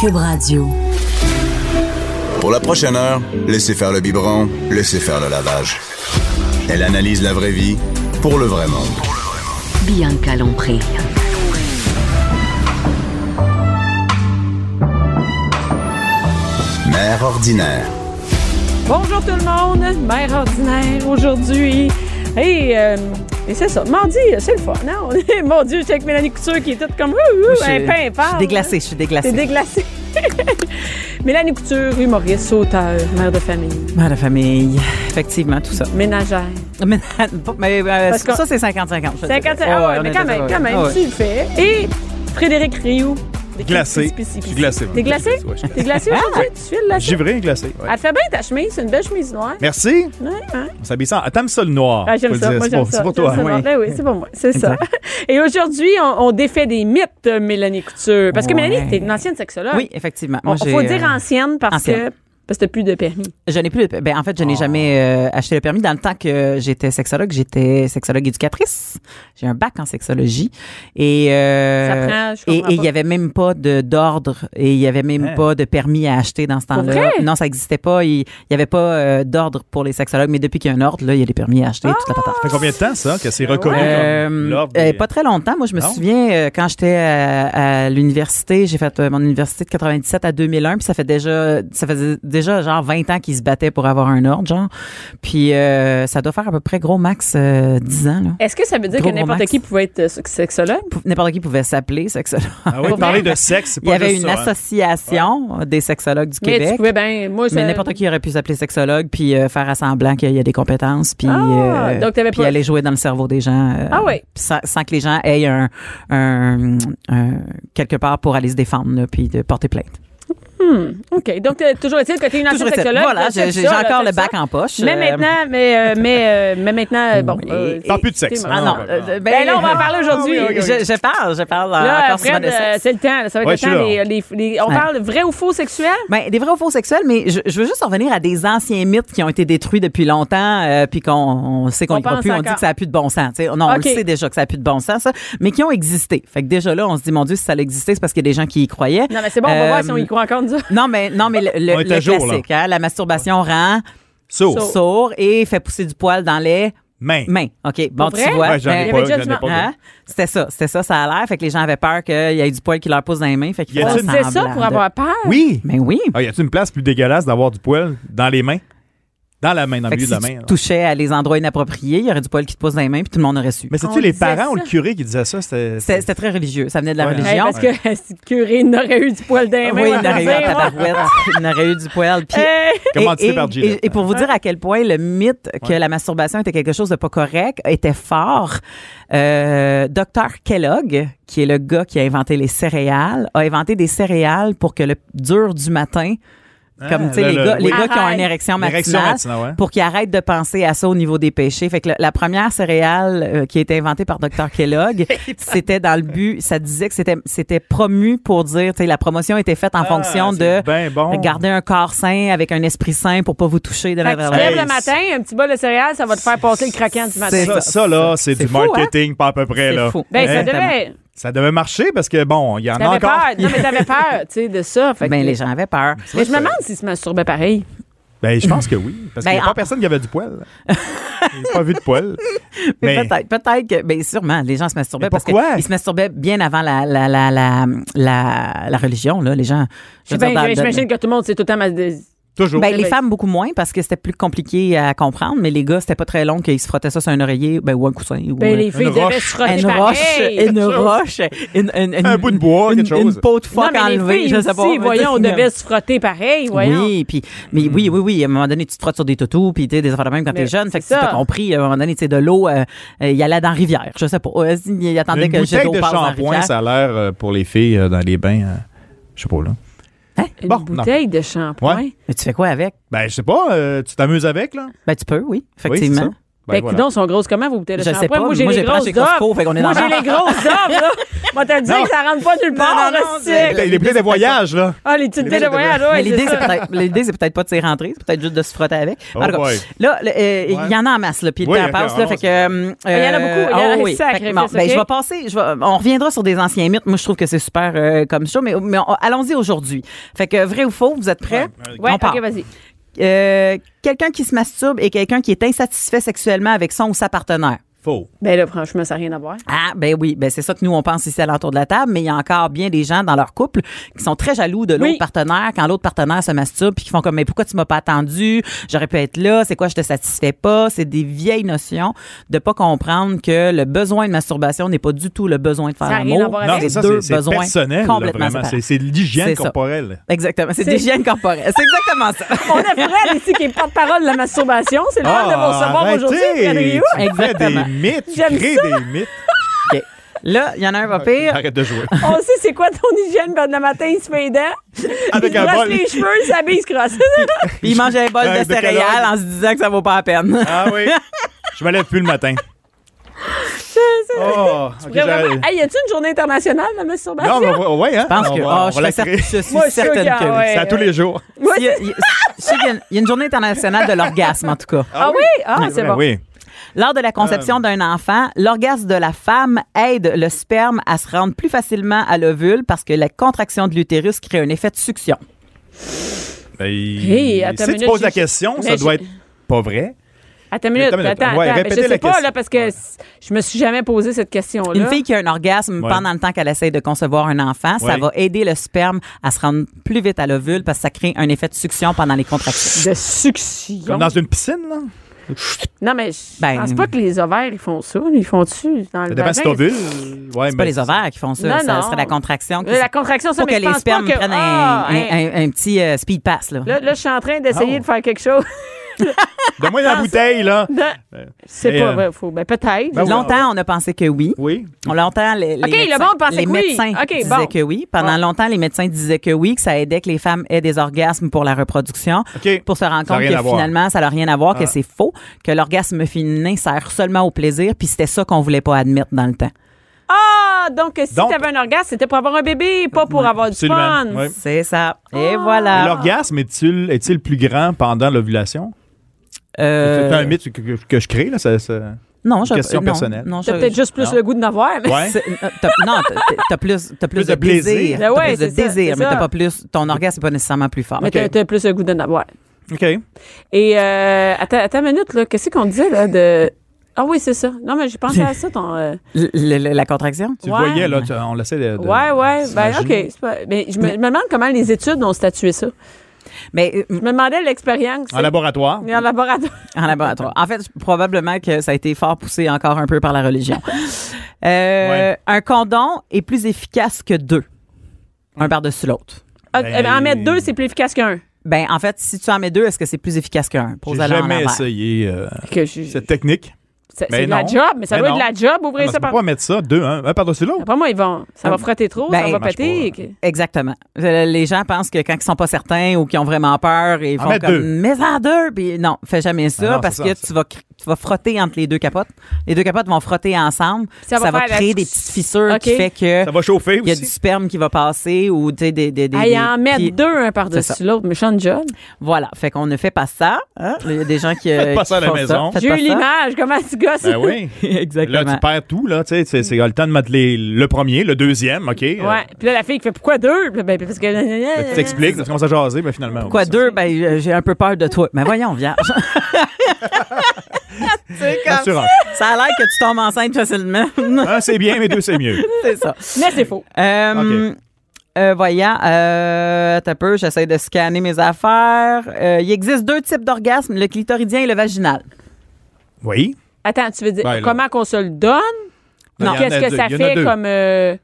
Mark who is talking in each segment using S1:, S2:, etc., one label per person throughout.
S1: Cube Radio.
S2: Pour la prochaine heure, laissez faire le biberon, laissez faire le lavage. Elle analyse la vraie vie pour le vrai monde.
S1: Bianca Lompré.
S2: Mère ordinaire.
S3: Bonjour tout le monde, mère ordinaire aujourd'hui. Et, euh, et c'est ça, mardi, c'est le fun. Non? Mon Dieu, c'est avec Mélanie Couture qui est toute comme ouh, ouh,
S4: Je-
S3: un pain,
S4: Je suis déglacée, je suis
S3: C'est
S4: déglacée.
S3: déglacé. Mélanie Couture, humoriste, auteur, mère de famille,
S4: Ah, la famille, effectivement, tout ça.
S3: ménagère.
S4: Mais, mais, euh,
S3: Parce que-
S4: ça, c'est 50-50. je te dirais.
S3: 50
S4: Ouais,
S3: ah ouais,
S4: on
S3: mais
S4: est
S3: quand
S4: d'accord,
S3: même,
S4: ouais.
S3: quand même,
S4: Ah ouais.
S3: tu le fais. Et Frédéric Rioux. des
S5: Glacé.
S3: Crispy Crispy
S5: Je suis glacé,
S3: T'es
S5: moi.
S3: glacé?
S5: Ouais, je suis glacé.
S3: T'es glacé aujourd'hui? Tu files la
S5: Givré et glacé. ouais.
S3: Elle te fait bien ta chemise, c'est une belle chemise noire.
S5: Merci.
S3: Ouais, hein?
S5: On s'habille ça. en- Attends, ça le noir.
S3: Ah, j'aime
S5: Faut le
S3: ça.
S5: dire,
S3: Moi,
S5: c'est
S3: j'aime
S5: pour-
S3: ça.
S5: C'est pour
S3: J'aime
S5: toi. hein.
S3: ça.
S5: Ouais.
S3: Ben oui, c'est pour moi. C'est ça. Et aujourd'hui, on, on défait des mythes, euh, Mélanie Couture. Parce que
S4: Ouais.
S3: Mélanie, t'es une ancienne sexologue.
S4: Oui, effectivement.
S3: Il
S4: Moi, j'ai,
S3: faut dire
S4: euh,
S3: ancienne parce
S4: ancienne.
S3: que parce que t'as plus de permis.
S4: Je n'ai plus. de- Ben, en fait, je
S3: Ah.
S4: n'ai jamais euh, acheté le permis. Dans le temps que j'étais sexologue, j'étais sexologue éducatrice. J'ai un bac en sexologie. Et euh,
S3: Ça prend, je
S4: et-
S3: comprends
S4: et il
S3: pas.
S4: n'y avait même pas de d'ordre et il n'y avait même pas de permis à acheter dans ce temps-là.
S3: vrai?
S4: Non, ça n'existait pas. Il n'y avait pas euh, d'ordre pour les sexologues. Mais depuis qu'il y a un ordre, là, il y a des permis à acheter. Toute
S3: Ah!
S4: la patate.
S5: Ça fait combien de temps, ça, que c'est reconnu? comme
S4: Euh,
S5: l'ordre
S4: euh,
S5: des-
S4: pas très longtemps. Moi, je me
S5: Non?
S4: souviens euh, quand j'étais à, à l'université, j'ai fait euh, mon université de 97 à 2001, puis ça fait déjà, ça faisait déjà genre 20 ans qu'ils se battaient pour avoir un ordre, genre. Puis euh, ça doit faire à peu près gros max euh, 10 ans. là.
S3: Est-ce que ça veut dire
S4: Gros,
S3: que
S4: gros
S3: n'importe
S4: max.
S3: qui pouvait être euh, sexologue?
S4: Pou- N'importe qui pouvait s'appeler sexologue.
S5: Ah oui,
S3: Pour
S5: parler
S3: vrai?
S5: de sexe, c'est
S4: Il y
S5: pas
S4: avait
S5: juste
S4: une
S5: ça, hein.
S4: association des sexologues du
S3: Mais tu
S4: Québec.
S3: pouvais, ben, moi, je-
S4: Mais n'importe qui aurait pu s'appeler sexologue puis euh, faire à semblant qu'il y a des compétences puis,
S3: Ah,
S4: euh,
S3: donc t'avais
S4: puis
S3: pas-
S4: aller jouer dans le cerveau des gens euh,
S3: Ah oui.
S4: puis sans, sans que les gens aient un, un- un- quelque part pour aller se défendre là, puis de porter plainte.
S3: OK. Donc, t'as- toujours est-il que t'es une ancienne
S4: Toujours est-il,
S3: sexologue.
S4: voilà,
S3: t'as fait
S4: j'ai j'ai
S3: ça,
S4: encore
S3: t'as
S4: le
S3: fait ça.
S4: bac en poche.
S3: Mais
S4: euh,
S3: maintenant, mais, euh, mais, euh, mais maintenant, euh, bon.
S4: Et-
S3: euh,
S5: Parle plus de sexe.
S3: t'es-
S4: Ah non,
S5: Ah,
S4: euh, ben,
S3: Ben là, on va en parler aujourd'hui.
S4: Je, je parle, je parle
S3: Là,
S4: encore souvent
S3: Fred,
S4: de sexe.
S3: euh, c'est le temps. là. Ça va être
S5: Ouais,
S3: le
S5: je suis
S3: temps.
S5: là.
S3: des- les- les- on
S4: Ouais.
S3: parle vrai ou faux sexuel?
S4: Ben, des vrais ou faux sexuels, mais je, je veux juste en revenir à des anciens mythes qui ont été détruits depuis longtemps, euh, puis qu'on on sait qu'on
S3: On
S4: n'y croit
S3: pense
S4: plus, on
S3: encore.
S4: dit que ça n'a plus de bon sens. tu sais. Non, on
S3: OK.
S4: le sait déjà que ça n'a plus de bon sens, ça, mais qui ont existé. Fait que déjà là, on se dit, mon Dieu, si ça a existé, c'est parce qu'il y a des gens qui y croyaient.
S3: Non, mais c'est bon, on va
S4: Euh,
S3: voir si on y croit encore, nous autres.
S4: Non, mais, non, mais le, le-
S5: On est à
S4: le
S5: jour, là.
S4: classique, hein, la masturbation rend
S5: Sourd.
S3: Sourd.
S4: sourd et fait pousser du poil dans les
S5: Main.
S4: mains. OK, bon,
S3: Pour
S4: tu
S3: vrai?
S4: vois.
S5: Ouais, j'en ai
S4: ben,
S5: pas,
S3: avait déjà
S5: j'en ai
S3: du
S5: pas
S3: mal.
S5: vu.
S4: hein, C'était ça, c'était ça, ça a l'air. Fait que les gens avaient peur qu'il y ait du poil qui leur pousse dans les mains. Fait qu'ils
S5: Y
S3: On
S5: a-t-il
S4: faisaient
S3: disait ça
S4: semblant
S3: pour
S4: de-
S3: avoir peur.
S5: Oui.
S4: Ben oui.
S5: Ah, y a-tu une place plus dégueulasse d'avoir du poil dans les mains? Dans la main, dans le
S4: Fait que
S5: milieu
S4: si
S5: de la
S4: tu
S5: main. hein. là.
S4: touchais à les endroits inappropriés, il y aurait du poil qui te pousse dans les mains, puis tout le monde aurait su.
S5: Mais
S3: On
S5: c'est-tu les
S3: disait
S5: parents ou le
S3: ça.
S5: curé qui disait ça? C'était.
S4: C'était c'était très religieux. Ça venait de la
S5: Ouais.
S3: Hey,
S4: religion.
S3: parce que si le curé n'aurait eu du poil d'un
S4: Oui, il aurait eu la tabarouette, il aurait eu du poil. Puis,
S5: Comment tu
S4: et,
S5: fais par Gillette?
S4: et- et pour vous dire à quel point le mythe que la masturbation était quelque chose de pas correct était fort, euh, Dr. Kellogg, qui est le gars qui a inventé les céréales, a inventé des céréales pour que le dur du matin, comme tu sais,
S5: Ah,
S4: les
S5: le- le-
S4: gars, les
S5: oui.
S4: gars qui ont
S3: Arrête.
S4: une érection
S5: Une érection
S4: matinale,
S5: matinale, ouais.
S4: pour qu'ils arrêtent de penser à ça au niveau des péchés. Fait que le- la première céréale euh, qui a été inventée par Dr. Kellogg, c'était dans le but, ça disait que c'était c'était promu pour dire, tu sais, la promotion était faite en fonction de
S5: c'est ben bon.
S4: garder un corps sain avec un esprit sain pour pas vous toucher de
S3: Fait
S4: la
S3: que tu te lèves le
S5: Hey,
S3: matin, un petit bol de céréales, ça va te faire passer le craquant du matin.
S4: c'est
S5: Ça,
S4: ça,
S5: ça, là, c'est
S4: c'est
S5: du
S4: fou, hein?
S5: marketing, pas à peu près,
S4: C'est
S5: là.
S4: fou.
S3: Ben, ça
S5: Hein?
S3: devait.
S5: Ça devait marcher parce que, bon, il y en a
S3: T'avais
S5: encore.
S3: peur. Non, mais t'avais peur, tu sais, de ça. Fait que-
S4: Ben, les gens avaient peur.
S3: Mais je me demande s'ils se masturbaient pareil.
S5: Ben, je pense que oui. Parce
S4: Ben,
S5: qu'il n'y a
S4: en-
S5: pas personne qui avait du poil. J'ai pas vu de poil.
S4: Mais
S5: Mais,
S4: peut-être, peut-être que, ben sûrement, les gens se masturbaient
S5: Mais
S4: parce
S5: pourquoi?
S4: qu'ils se masturbaient bien avant la la la la la, la religion là, les gens. Je veux dire, dans-
S3: Ben,
S4: dans-
S3: J'imagine que tout le monde, c'est tout le temps. mas- des-
S5: toujours.
S4: Ben, les
S3: ben-
S4: femmes, beaucoup moins, parce que c'était plus compliqué à comprendre, mais les gars, c'était pas très long qu'ils se frottaient ça sur un oreiller ben, ou un coussin. Ou
S3: Ben,
S4: un-
S3: les ben, filles devaient
S5: roche.
S3: se frotter
S4: une roche,
S3: pareil.
S4: une roche, une, une- une-
S5: Un bout de bois,
S4: une-
S5: quelque chose.
S4: Une peau de
S3: Non,
S4: phoque
S3: mais les
S4: enlevée,
S3: filles
S4: je sais pas.
S3: aussi, voyons, on devait se frotter pareil, voyons.
S4: Oui, puis, mais
S5: Hmm.
S4: oui, oui, oui. À un moment donné, tu te frottes sur des toutous, puis tu sais, des affaires de même quand
S3: Mais
S4: t'es jeune. Fait que
S3: c'est
S4: tu
S3: ça.
S4: t'as compris, à un moment donné, tu sais, de l'eau, euh, euh, il allait dans la rivière. Je sais pas. Euh, il attendait
S5: une
S4: que le jet
S5: bouteille
S4: d'eau
S5: de
S4: passe dans la
S5: shampoing,
S4: rivière.
S5: ça a l'air euh, pour les filles euh, dans les bains. euh, je sais pas, là.
S3: Une
S5: Bon, non.
S3: bouteille de shampoing.
S5: Ouais.
S4: Mais tu fais quoi avec?
S5: Ben, je sais pas, euh, tu t'amuses avec, là?
S4: Ben, tu peux, oui,
S5: Oui, c'est
S4: effectivement.
S5: ça. Ben
S3: fait que
S5: voilà.
S3: donc, sont grosses comment, vos bouteilles de
S4: Je sais
S3: shampoing?
S4: pas,
S3: Moi, j'ai
S4: moi,
S3: les
S4: j'ai pris
S3: grosses
S4: chez Costco,
S3: d'offres.
S4: fait qu'on est
S3: Moi,
S4: dans-
S3: j'ai les grosses d'offres, là. Moi, t'as dit
S5: Non.
S3: que ça rentre pas nulle part,
S4: non, non,
S3: hostie.
S4: c'est-
S5: Les prix de voyage, là.
S3: Ah, les petites baies
S5: Les
S3: de
S5: petites
S3: voyage,
S4: Mais
S3: ouais,
S4: l'idée,
S3: c'est
S4: c'est
S3: ça.
S4: peut-être, l'idée, c'est peut-être pas de s'y rentrer, c'est peut-être juste de se frotter avec.
S5: Oh
S4: en tout cas,
S5: boy.
S4: là, le- euh, il
S5: Ouais.
S4: y en a en masse, là, puis le
S5: Oui,
S4: temps
S5: ok,
S4: passe,
S5: ah
S4: là,
S5: non,
S4: fait
S5: c'est-
S4: que...
S3: Il
S4: euh,
S3: y en a beaucoup, il y en a
S4: ah
S3: un
S4: oui.
S3: sacré
S4: Fait que, bon,
S3: fils,
S4: ben,
S3: ok?
S4: je vais passer, je vais- on reviendra sur des anciens mythes. Moi, je trouve que c'est super euh, comme show, mais, mais on- allons-y aujourd'hui. Fait que, vrai ou faux, vous êtes prêts?
S3: Ouais,
S4: on part.
S3: ok, vas-y.
S4: Euh, quelqu'un qui se masturbe et quelqu'un qui est insatisfait sexuellement avec son ou sa partenaire.
S5: Faux.
S3: Ben là, franchement, ça n'a rien à voir.
S4: Ah, ben oui, ben c'est ça que nous, on pense ici à l'entour de la table, mais il y a encore bien des gens dans leur couple qui sont très jaloux de l'autre
S3: Oui.
S4: partenaire quand l'autre partenaire se masturbe puis qui font comme, mais pourquoi tu m'as pas attendu? J'aurais pu être là, c'est quoi, je te satisfais pas? C'est des vieilles notions de pas comprendre que le besoin de masturbation n'est pas du tout le besoin de faire
S3: Ça a rien à
S4: l'amour.
S3: voir
S5: Non,
S3: avec.
S5: c'est ça,
S4: deux
S5: c'est- c'est
S4: besoins
S5: personnel, là,
S4: complètement
S5: vraiment.
S4: séparés.
S5: C'est c'est l'hygiène
S4: C'est ça.
S5: corporelle.
S4: Exactement, c'est de l'hygiène corporelle. C'est exactement ça.
S3: On a Fred ici qui est porte-parole de la masturbation. C'est le
S4: Ah,
S3: rôle de mon savoir
S5: Ah, arrêtez!
S3: aujourd'hui, Fred Rioux.
S5: Tu fais
S4: Exactement.
S5: des mythes, tu
S3: J'aime
S5: crées
S3: ça.
S5: des mythes.
S4: OK. Là, il y en a un va pire.
S5: Arrête de jouer.
S3: On sait c'est quoi ton hygiène ben, le matin, il se fait les dents.
S5: Avec
S3: il se
S5: un
S3: brosse
S5: bol.
S3: les cheveux, il s'habille, il se crosse.
S4: Puis il mange un bol de
S5: Ouais, de
S4: céréales
S5: Kellogg.
S4: en se disant que ça vaut pas la peine.
S5: Ah oui. Je me lève plus le matin. Oh, ok,
S3: Vraiment.
S5: j'arrête.
S3: Hey, y a-t-il une journée internationale de la masturbation?
S5: Non, mais ouais, ouais, hein.
S4: Je pense
S5: on
S4: que.
S5: va-
S4: ah,
S5: on
S4: je,
S5: va la
S4: suis cer-
S5: créer.
S4: je suis
S3: Moi, je suis
S4: certaine
S3: sûr
S4: que
S3: que-
S4: oui.
S3: ouais.
S5: C'est à tous les jours.
S4: Il y, a, il y a- je sais qu'il y a une- il y a une journée internationale de l'orgasme, en tout cas.
S3: Ah oui? Ah, c'est
S5: Ben
S3: bon.
S5: Oui.
S4: Lors de la
S5: Euh.
S4: conception d'un enfant, l'orgasme de la femme aide le sperme à se rendre plus facilement à l'ovule parce que la contraction de l'utérus crée un effet de succion.
S5: Ben, il-
S3: Hey, attends
S5: si
S3: une
S5: tu
S3: minute,
S5: poses la
S3: j'ai-
S5: question,
S3: mais
S5: ça doit
S3: j'ai-
S5: être pas vrai.
S3: Attends une minute,
S5: Attends une
S3: attends,
S5: minute.
S3: attends.
S5: Ouais,
S3: Ben, je
S5: répétez
S3: sais
S5: la
S3: pas,
S5: question.
S3: là, parce que c- je me suis jamais posé cette question-là.
S4: Une fille qui a un orgasme
S5: Ouais.
S4: pendant le temps qu'elle essaie de concevoir un enfant, ça
S5: Ouais.
S4: va aider le sperme à se rendre plus vite à l'ovule parce que ça crée un effet de succion pendant les contractions.
S3: de succion.
S5: Comme dans une piscine, là.
S3: Non, mais je
S4: Ben-
S3: pense pas que les ovaires, ils font ça. Ils font-tu dans
S5: Ça
S3: le
S5: dépend si
S3: vagin?
S5: t'ovules. Ouais,
S4: C'est pas les ovaires qui font ça,
S3: Non,
S4: ça
S3: non.
S4: serait la contraction. qui-
S3: Euh, La contraction, ça,
S4: Faut
S3: mais
S4: que
S3: je
S4: les
S3: pense
S4: spermes
S3: pas que...
S4: prennent
S3: Ah,
S4: un, un- un- un petit euh, speed pass. Là.
S3: Là, là, je suis en train d'essayer
S5: Oh.
S3: de faire quelque chose.
S5: Donne-moi la bouteille, là.
S3: Non, C'est
S5: Et,
S3: pas
S5: euh,
S3: vrai. Faut, ben, peut-être.
S5: Ben oui.
S4: Longtemps, on a pensé que oui.
S5: Oui.
S4: On Longtemps, les, les
S3: OK,
S4: médecins,
S3: le monde pensait
S4: les
S3: que oui.
S4: médecins
S3: OK,
S4: disaient
S3: bon.
S4: que oui. Pendant
S3: Bon.
S4: longtemps, les médecins disaient que oui, que ça aidait que les femmes aient des orgasmes pour la reproduction.
S5: OK.
S4: Pour se rendre
S5: Ça a
S4: compte
S5: rien à
S4: que
S5: voir.
S4: finalement, ça n'a rien à voir, que
S5: Ah.
S4: c'est faux, que l'orgasme féminin sert seulement au plaisir, puis c'était ça qu'on voulait pas admettre dans le temps.
S3: Ah, donc si
S5: Donc-
S3: t'avais un orgasme, c'était pour avoir un bébé, pas pour avoir du
S5: absolument.
S3: fun.
S5: Ouais.
S4: C'est ça.
S3: Ah.
S4: Et
S5: Mais
S4: voilà.
S5: L'orgasme est-il est-il plus grand pendant l'ovulation?
S4: Euh,
S5: C'est un mythe que, que- que je crée, là. Ça, ça-
S4: Non, je,
S5: question
S4: non,
S5: personnelle.
S4: Non, je-
S3: T'as peut-être juste plus
S5: Non.
S3: le goût de n'avoir. Mais...
S5: Ouais.
S4: C'est- euh, t'as- non, t'as- t'as plus, t'as plus,
S5: Plus
S4: de
S5: de plaisir.
S4: plaisir,
S3: Ben
S4: t'as
S3: ouais,
S4: plus de
S3: c'est ça,
S4: désir,
S3: c'est
S4: mais
S3: ça.
S4: t'as pas plus. Ton orgasme n'est pas nécessairement plus fort.
S3: Mais t'as-
S5: OK.
S3: t'as plus le goût de n'avoir.
S5: OK.
S3: Et euh, attends, attends une minute, là. Qu'est-ce qu'on disait, là, de. Ah oui, c'est ça. Non, mais j'ai pensé à ça, ton. euh,
S4: Le- le- la contraction.
S5: Tu le
S3: Ouais.
S5: voyais, là. tu- on l'essaie de. de-
S3: Ouais, ouais. Ben, OK.
S5: s'imaginer.
S3: c'est Pas... Mais je me, je me demande comment les études ont statué ça.
S4: Mais euh,
S3: Je me demandais l'expérience.
S5: En laboratoire.
S3: Mais en laboratoire.
S4: En laboratoire. En fait, probablement que ça a été fort poussé encore un peu par la religion. Euh,
S5: Ouais.
S4: Un condom est plus efficace que deux, un par-dessus l'autre.
S3: Ah,
S5: Ben-
S3: En mettre deux, c'est plus efficace qu'un.
S4: Ben, en fait, si tu en mets deux, est-ce que c'est plus efficace qu'un?
S5: J'ai
S4: Pose-la en
S5: jamais
S4: envers.
S5: essayé euh,
S3: Que je-
S5: cette technique.
S3: C'est
S5: Ben
S3: c'est de la
S5: non.
S3: job, mais ça
S5: Ben
S3: doit
S5: non.
S3: être de la job,
S5: On
S3: ouvrir
S5: ne
S3: ça
S5: peut
S3: par.
S5: pas mettre ça, deux, un, un par-dessus l'autre.
S3: Après moi, ils vont. Ça va
S4: Ah,
S3: frotter trop,
S4: ben,
S3: ça va
S5: marche
S3: péter.
S5: pas,
S4: Exactement. Euh, Les gens pensent que quand ils sont pas certains ou qu'ils ont vraiment peur, ils
S5: En
S4: font
S5: mets
S4: comme
S5: deux.
S4: mais en deux. Puis non, fais jamais ça
S5: Ah non,
S4: parce
S5: c'est
S4: que
S5: ça,
S4: tu vas cr- tu vas frotter entre les deux capotes. Les deux capotes vont frotter ensemble. Ça,
S3: Ça va
S4: va,
S3: faire la
S4: créer
S3: petite-
S4: des petites fissures qui
S3: Ok.
S4: fait que
S5: Ça va chauffer
S4: il y a du
S5: aussi.
S4: sperme qui va passer ou tu sais des des des,
S3: Ah,
S4: des-
S3: ils en mettent
S4: puis-
S3: deux un
S4: C'est
S3: par-dessus l'autre, méchant de job.
S4: Voilà, fait qu'on ne fait pas ça. hein. Il y a des gens qui.
S5: Faites pas ça à la maison.
S3: J'ai eu l'image, comment tu gosses?
S5: Ben oui.
S4: Exactement.
S5: Là, tu perds tout, là. Tu sais, c'est c'est le temps de mettre les- le premier, le deuxième, OK? euh,
S3: Ouais. Puis là, la fille qui fait pourquoi deux? Puis là, Ben, parce
S5: ben, tu
S3: que.
S5: t'expliques, tu commences à jaser, mais finalement. oui,
S4: Quoi
S5: ça-
S4: deux? Ben, euh, j'ai un peu peur de toi. Mais voyons, viens. C'est comme
S5: Assurant.
S4: ça a l'air que tu tombes enceinte facilement.
S5: Un, c'est bien, mais deux, c'est mieux.
S4: c'est ça.
S3: Mais c'est faux.
S4: Euh,
S5: OK.
S4: euh, voyons, euh, t'as peu, j'essaie de scanner mes affaires. Euh, il existe deux types d'orgasmes, le clitoridien et le vaginal.
S5: Oui.
S3: Attends, tu veux dire
S5: Ben, là.
S3: comment qu'on se le donne?
S5: Non, il y en
S3: Qu'est-ce
S5: a
S3: que
S5: deux,
S3: ça
S5: il y en a
S3: fait
S5: deux.
S3: comme. euh,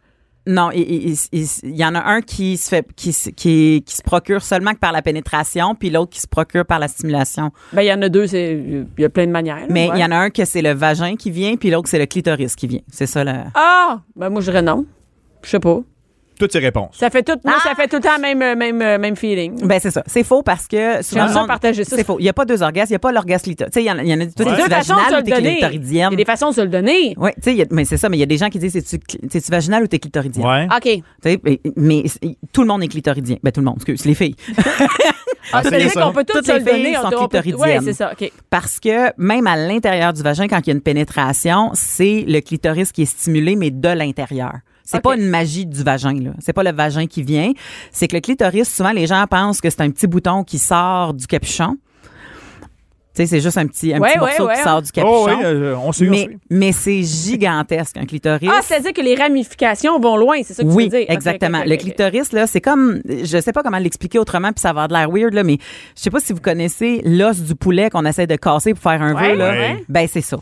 S4: Non, il, il- il- il- il y en a un qui se fait qui, se- qui, qui se procure seulement que par la pénétration, puis l'autre qui se procure par la stimulation.
S3: Ben, il y en a deux, c'est- il y a plein de manières. là,
S4: Mais il
S3: ouais.
S4: y en a un que c'est le vagin qui vient, puis l'autre c'est le clitoris qui vient. C'est ça le.
S3: Ah! Ben, moi, je dirais non. Je sais pas.
S5: toutes ses réponses.
S3: Ça fait tout, moi,
S4: Ah!
S3: ça fait tout le temps même, euh, même, euh, même feeling.
S4: Ben c'est ça, c'est faux parce que souvent
S3: J'aime ça
S4: on-
S3: partager ça.
S4: C'est faux. Il y a pas deux orgasmes, il y a pas l'orgasme lito. Tu sais, il y en a, il y en a des- toi,
S5: Ouais.
S3: C'est
S4: t'es-tu
S3: deux façons de se
S4: vaginale
S3: le
S4: ou t'es
S3: donner. Il y a
S4: clitoridienne.
S3: des façons de se le donner.
S4: Ouais, tu sais, il y a- mais c'est ça. Mais il y a des gens qui disent, c'est tu, tu vaginal ou t'es
S3: Ah,
S4: clitoridienne.
S5: Ouais.
S3: OK.
S4: Tu sais, Mais, mais c'est- tout le monde est clitoridien. Ben tout le monde, excuse, les filles.
S5: Ah,
S3: Ça veut
S5: c'est
S3: dire
S5: ça.
S3: qu'on peut toutes
S4: Toutes
S3: se
S4: les
S3: le donner.
S4: filles
S3: on
S4: sont
S3: peut- on peut-
S4: clitoridiennes.
S3: Ouais, c'est ça. OK.
S4: Parce que même à l'intérieur du vagin, quand il y a une pénétration, c'est le clitoris qui est stimulé, mais de l'intérieur. C'est
S3: OK.
S4: pas une magie du vagin, là. C'est pas le vagin qui vient. C'est que le clitoris, souvent, les gens pensent que c'est un petit bouton qui sort du capuchon. Tu sais, c'est juste un petit, un
S3: Ouais,
S4: petit
S3: ouais,
S4: morceau
S3: ouais. hein.
S4: qui sort du capuchon.
S5: Oh, oui, euh, on sait, on
S4: mais
S5: sait.
S4: mais c'est gigantesque, un clitoris.
S3: Ah, c'est-à-dire que les ramifications vont loin, c'est ça que
S4: Oui,
S3: tu veux dire? Ok,
S4: exactement.
S3: ok, ok,
S4: le
S3: ok.
S4: clitoris, là, c'est comme, je sais pas comment l'expliquer autrement, puis ça va avoir de l'air weird, là, mais je sais pas si vous connaissez l'os du poulet qu'on essaie de casser pour faire un
S3: Ouais,
S4: vœu, là.
S5: ouais.
S4: Ben, c'est ça.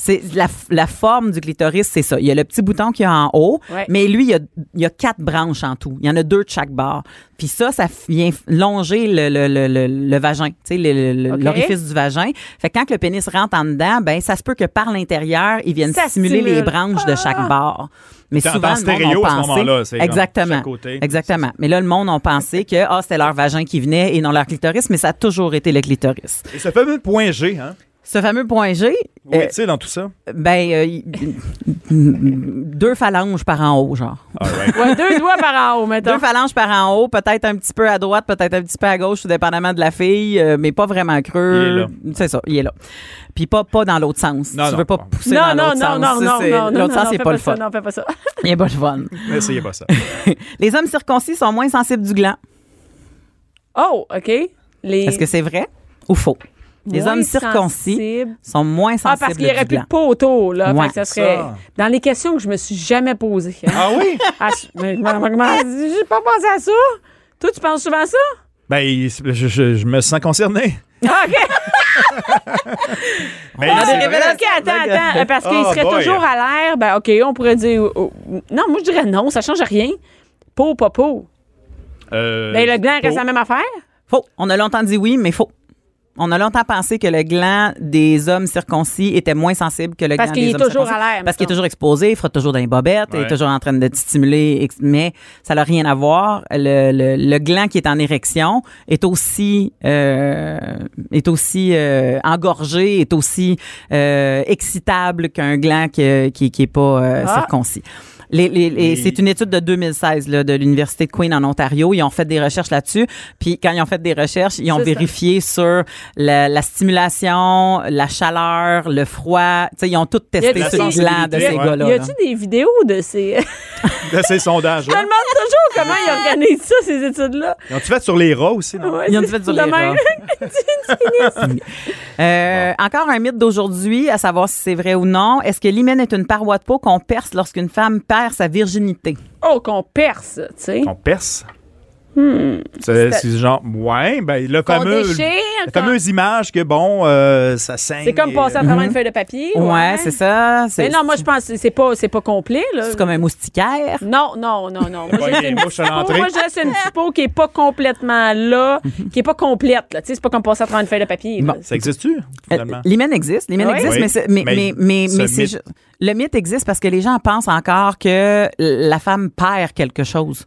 S4: C'est la, la forme du clitoris, c'est ça. Il y a le petit bouton qu'il y a en haut,
S3: Ouais.
S4: mais lui, il y, a, il y a quatre branches en tout. Il y en a deux de chaque bord. Puis ça, ça vient longer le, le, le, le, le vagin, tu sais, le- le-
S3: Ok.
S4: l'orifice du vagin. Fait que quand que le pénis rentre en dedans, ben ça se peut que par l'intérieur, il vienne
S3: Ça
S4: stimuler les
S3: stimule. Ah!
S4: branches de chaque bord. Mais
S5: T'entends
S4: souvent, le monde
S5: stéréo
S4: ont
S5: à ce
S4: pensé-
S5: moment-là, c'est genre
S4: exactement,
S5: chaque côté.
S4: exactement. Mais là, le monde a pensé que ah, c'était leur vagin qui venait et non leur clitoris, mais ça a toujours été le clitoris.
S5: Et ce fameux point G, hein?
S4: Ce fameux point G,
S5: Où
S4: euh,
S5: est-il dans tout ça?
S4: ben euh, y- deux phalanges par en haut, genre.
S5: All right.
S3: Ouais, deux doigts par en haut,
S5: Ah
S3: mettons.
S4: Deux phalanges par en haut, peut-être un petit peu à droite, peut-être un petit peu à gauche, tout dépendamment de la fille, euh, mais pas vraiment
S5: Il est
S4: creux.
S5: là.
S4: C'est ça, il est là. Puis pas pas dans l'autre sens.
S5: Non,
S4: tu
S5: non.
S4: veux pas pousser
S3: non,
S4: dans
S3: non,
S4: l'autre
S3: non,
S4: sens.
S3: non,
S4: Ça,
S3: non,
S4: c'est-
S3: non, non,
S4: L'autre sens,
S3: non,
S4: c'est
S3: fais
S4: pas le
S3: ça,
S4: fun.
S3: Non, fais pas ça.
S4: Il est pas le fun.
S5: N'essayez pas ça.
S4: Les hommes circoncis sont moins sensibles du gland.
S3: Oh, OK. Les...
S4: Est-ce que c'est vrai ou faux? Les
S3: moins
S4: hommes circoncis
S3: sensibles.
S4: sont moins sensibles
S3: Ah, parce qu'il n'y aurait
S4: du
S3: plus
S4: gland.
S3: de peau autour, là. Fait
S4: Ouais.
S3: que ça serait...
S5: Ça.
S3: Dans les questions que je me suis jamais posées. hein.
S5: Ah oui?
S3: Ah, je- mais comment- comment- J'ai pas pensé à ça. Toi, tu penses souvent à ça?
S5: Ben, il- je, je- je me sens concerné.
S3: Ah, OK.
S5: Ben,
S3: Ah,
S5: c'est
S3: OK,
S5: vrai.
S3: attends, attends. euh, Parce qu'il
S5: Oh
S3: serait
S5: boy.
S3: toujours à l'air. Ben, OK, on pourrait dire. euh, euh, non, moi, je dirais non, ça change rien. Peau, pas peau.
S5: Euh,
S3: Ben, le gland
S5: peau.
S3: reste la même affaire.
S4: Faux. On a longtemps dit oui, mais faux. On a longtemps pensé que le gland des hommes circoncis était moins sensible que le
S3: Parce
S4: gland
S3: qu'il
S4: des
S3: est
S4: hommes
S3: toujours
S4: circoncis.
S3: à l'air,
S4: Parce qu'il est
S3: mettons.
S4: toujours exposé, il frotte toujours dans les bobettes, il
S5: Ouais.
S4: est toujours en train de te stimuler, ex- mais ça n'a rien à voir. Le, le- le gland qui est en érection est aussi euh, est aussi euh, engorgé, est aussi euh, excitable qu'un gland que- qui qui est pas euh,
S3: Ah.
S4: circoncis. Les- les- les-
S5: Et-
S4: c'est une étude de 2016 là, de l'université de Queen en Ontario. Ils ont fait des recherches là-dessus. Puis quand ils ont fait des recherches, ils ont
S3: C'est ça.
S4: vérifié sur la, la stimulation, la chaleur, le froid. Tu sais, ils ont tout testé
S3: Y a-t-il-
S4: sur le gland de
S5: y a-
S4: ces
S5: ouais.
S4: gars-là.
S3: y
S4: là.
S3: a-tu des vidéos de ces.
S5: Là, Ben, c'est le sondage.
S3: Je me
S5: ouais.
S3: demande toujours comment ils organisent ça, ces études-là.
S5: Ils ont-tu fait sur les rats aussi, non?
S3: Ouais,
S4: Ils ont
S3: c'est
S4: dû faire du
S3: de même.
S4: rire.
S5: hein.
S4: Euh, Encore un mythe d'aujourd'hui, à savoir si c'est vrai ou non. Est-ce que l'hymen est une paroi de peau qu'on perce lorsqu'une femme perd sa virginité?
S3: Oh, qu'on perce, tu sais.
S5: On perce.
S3: Hmm.
S5: C'est c'est genre, ouais, ben, le
S3: Qu'on
S5: fameux.
S3: déchire.
S5: La
S3: qu'on-
S5: fameuse image que, bon, euh, ça saigne.
S3: C'est comme
S5: et-
S3: passer à travers une feuille de papier.
S4: Ouais, c'est ça.
S3: Mais
S4: C'est
S3: non, moi, je pense que c'est pas, c'est pas complet, là.
S4: c'est comme un moustiquaire.
S3: Non, non, non, non. Moi,
S5: Pas
S3: je reste
S5: euh, les
S3: une
S5: mouches à
S3: petite peau,
S5: l'entrée.
S3: moi, je reste une petite peau qui est pas complètement là, qui est pas complète, là. Tu sais, c'est pas comme passer à travers une feuille de papier. là.
S4: Bon.
S5: Ça existe-tu, finalement?
S4: Euh, L'hymen existe, l'hymen
S3: Oui.
S4: existe,
S5: Oui.
S4: mais c'est- mais,
S5: Mais
S4: mais, mais,
S5: ce
S4: mais c'est
S5: mythe-
S4: ju- le mythe existe parce que les gens pensent encore que la femme perd quelque chose.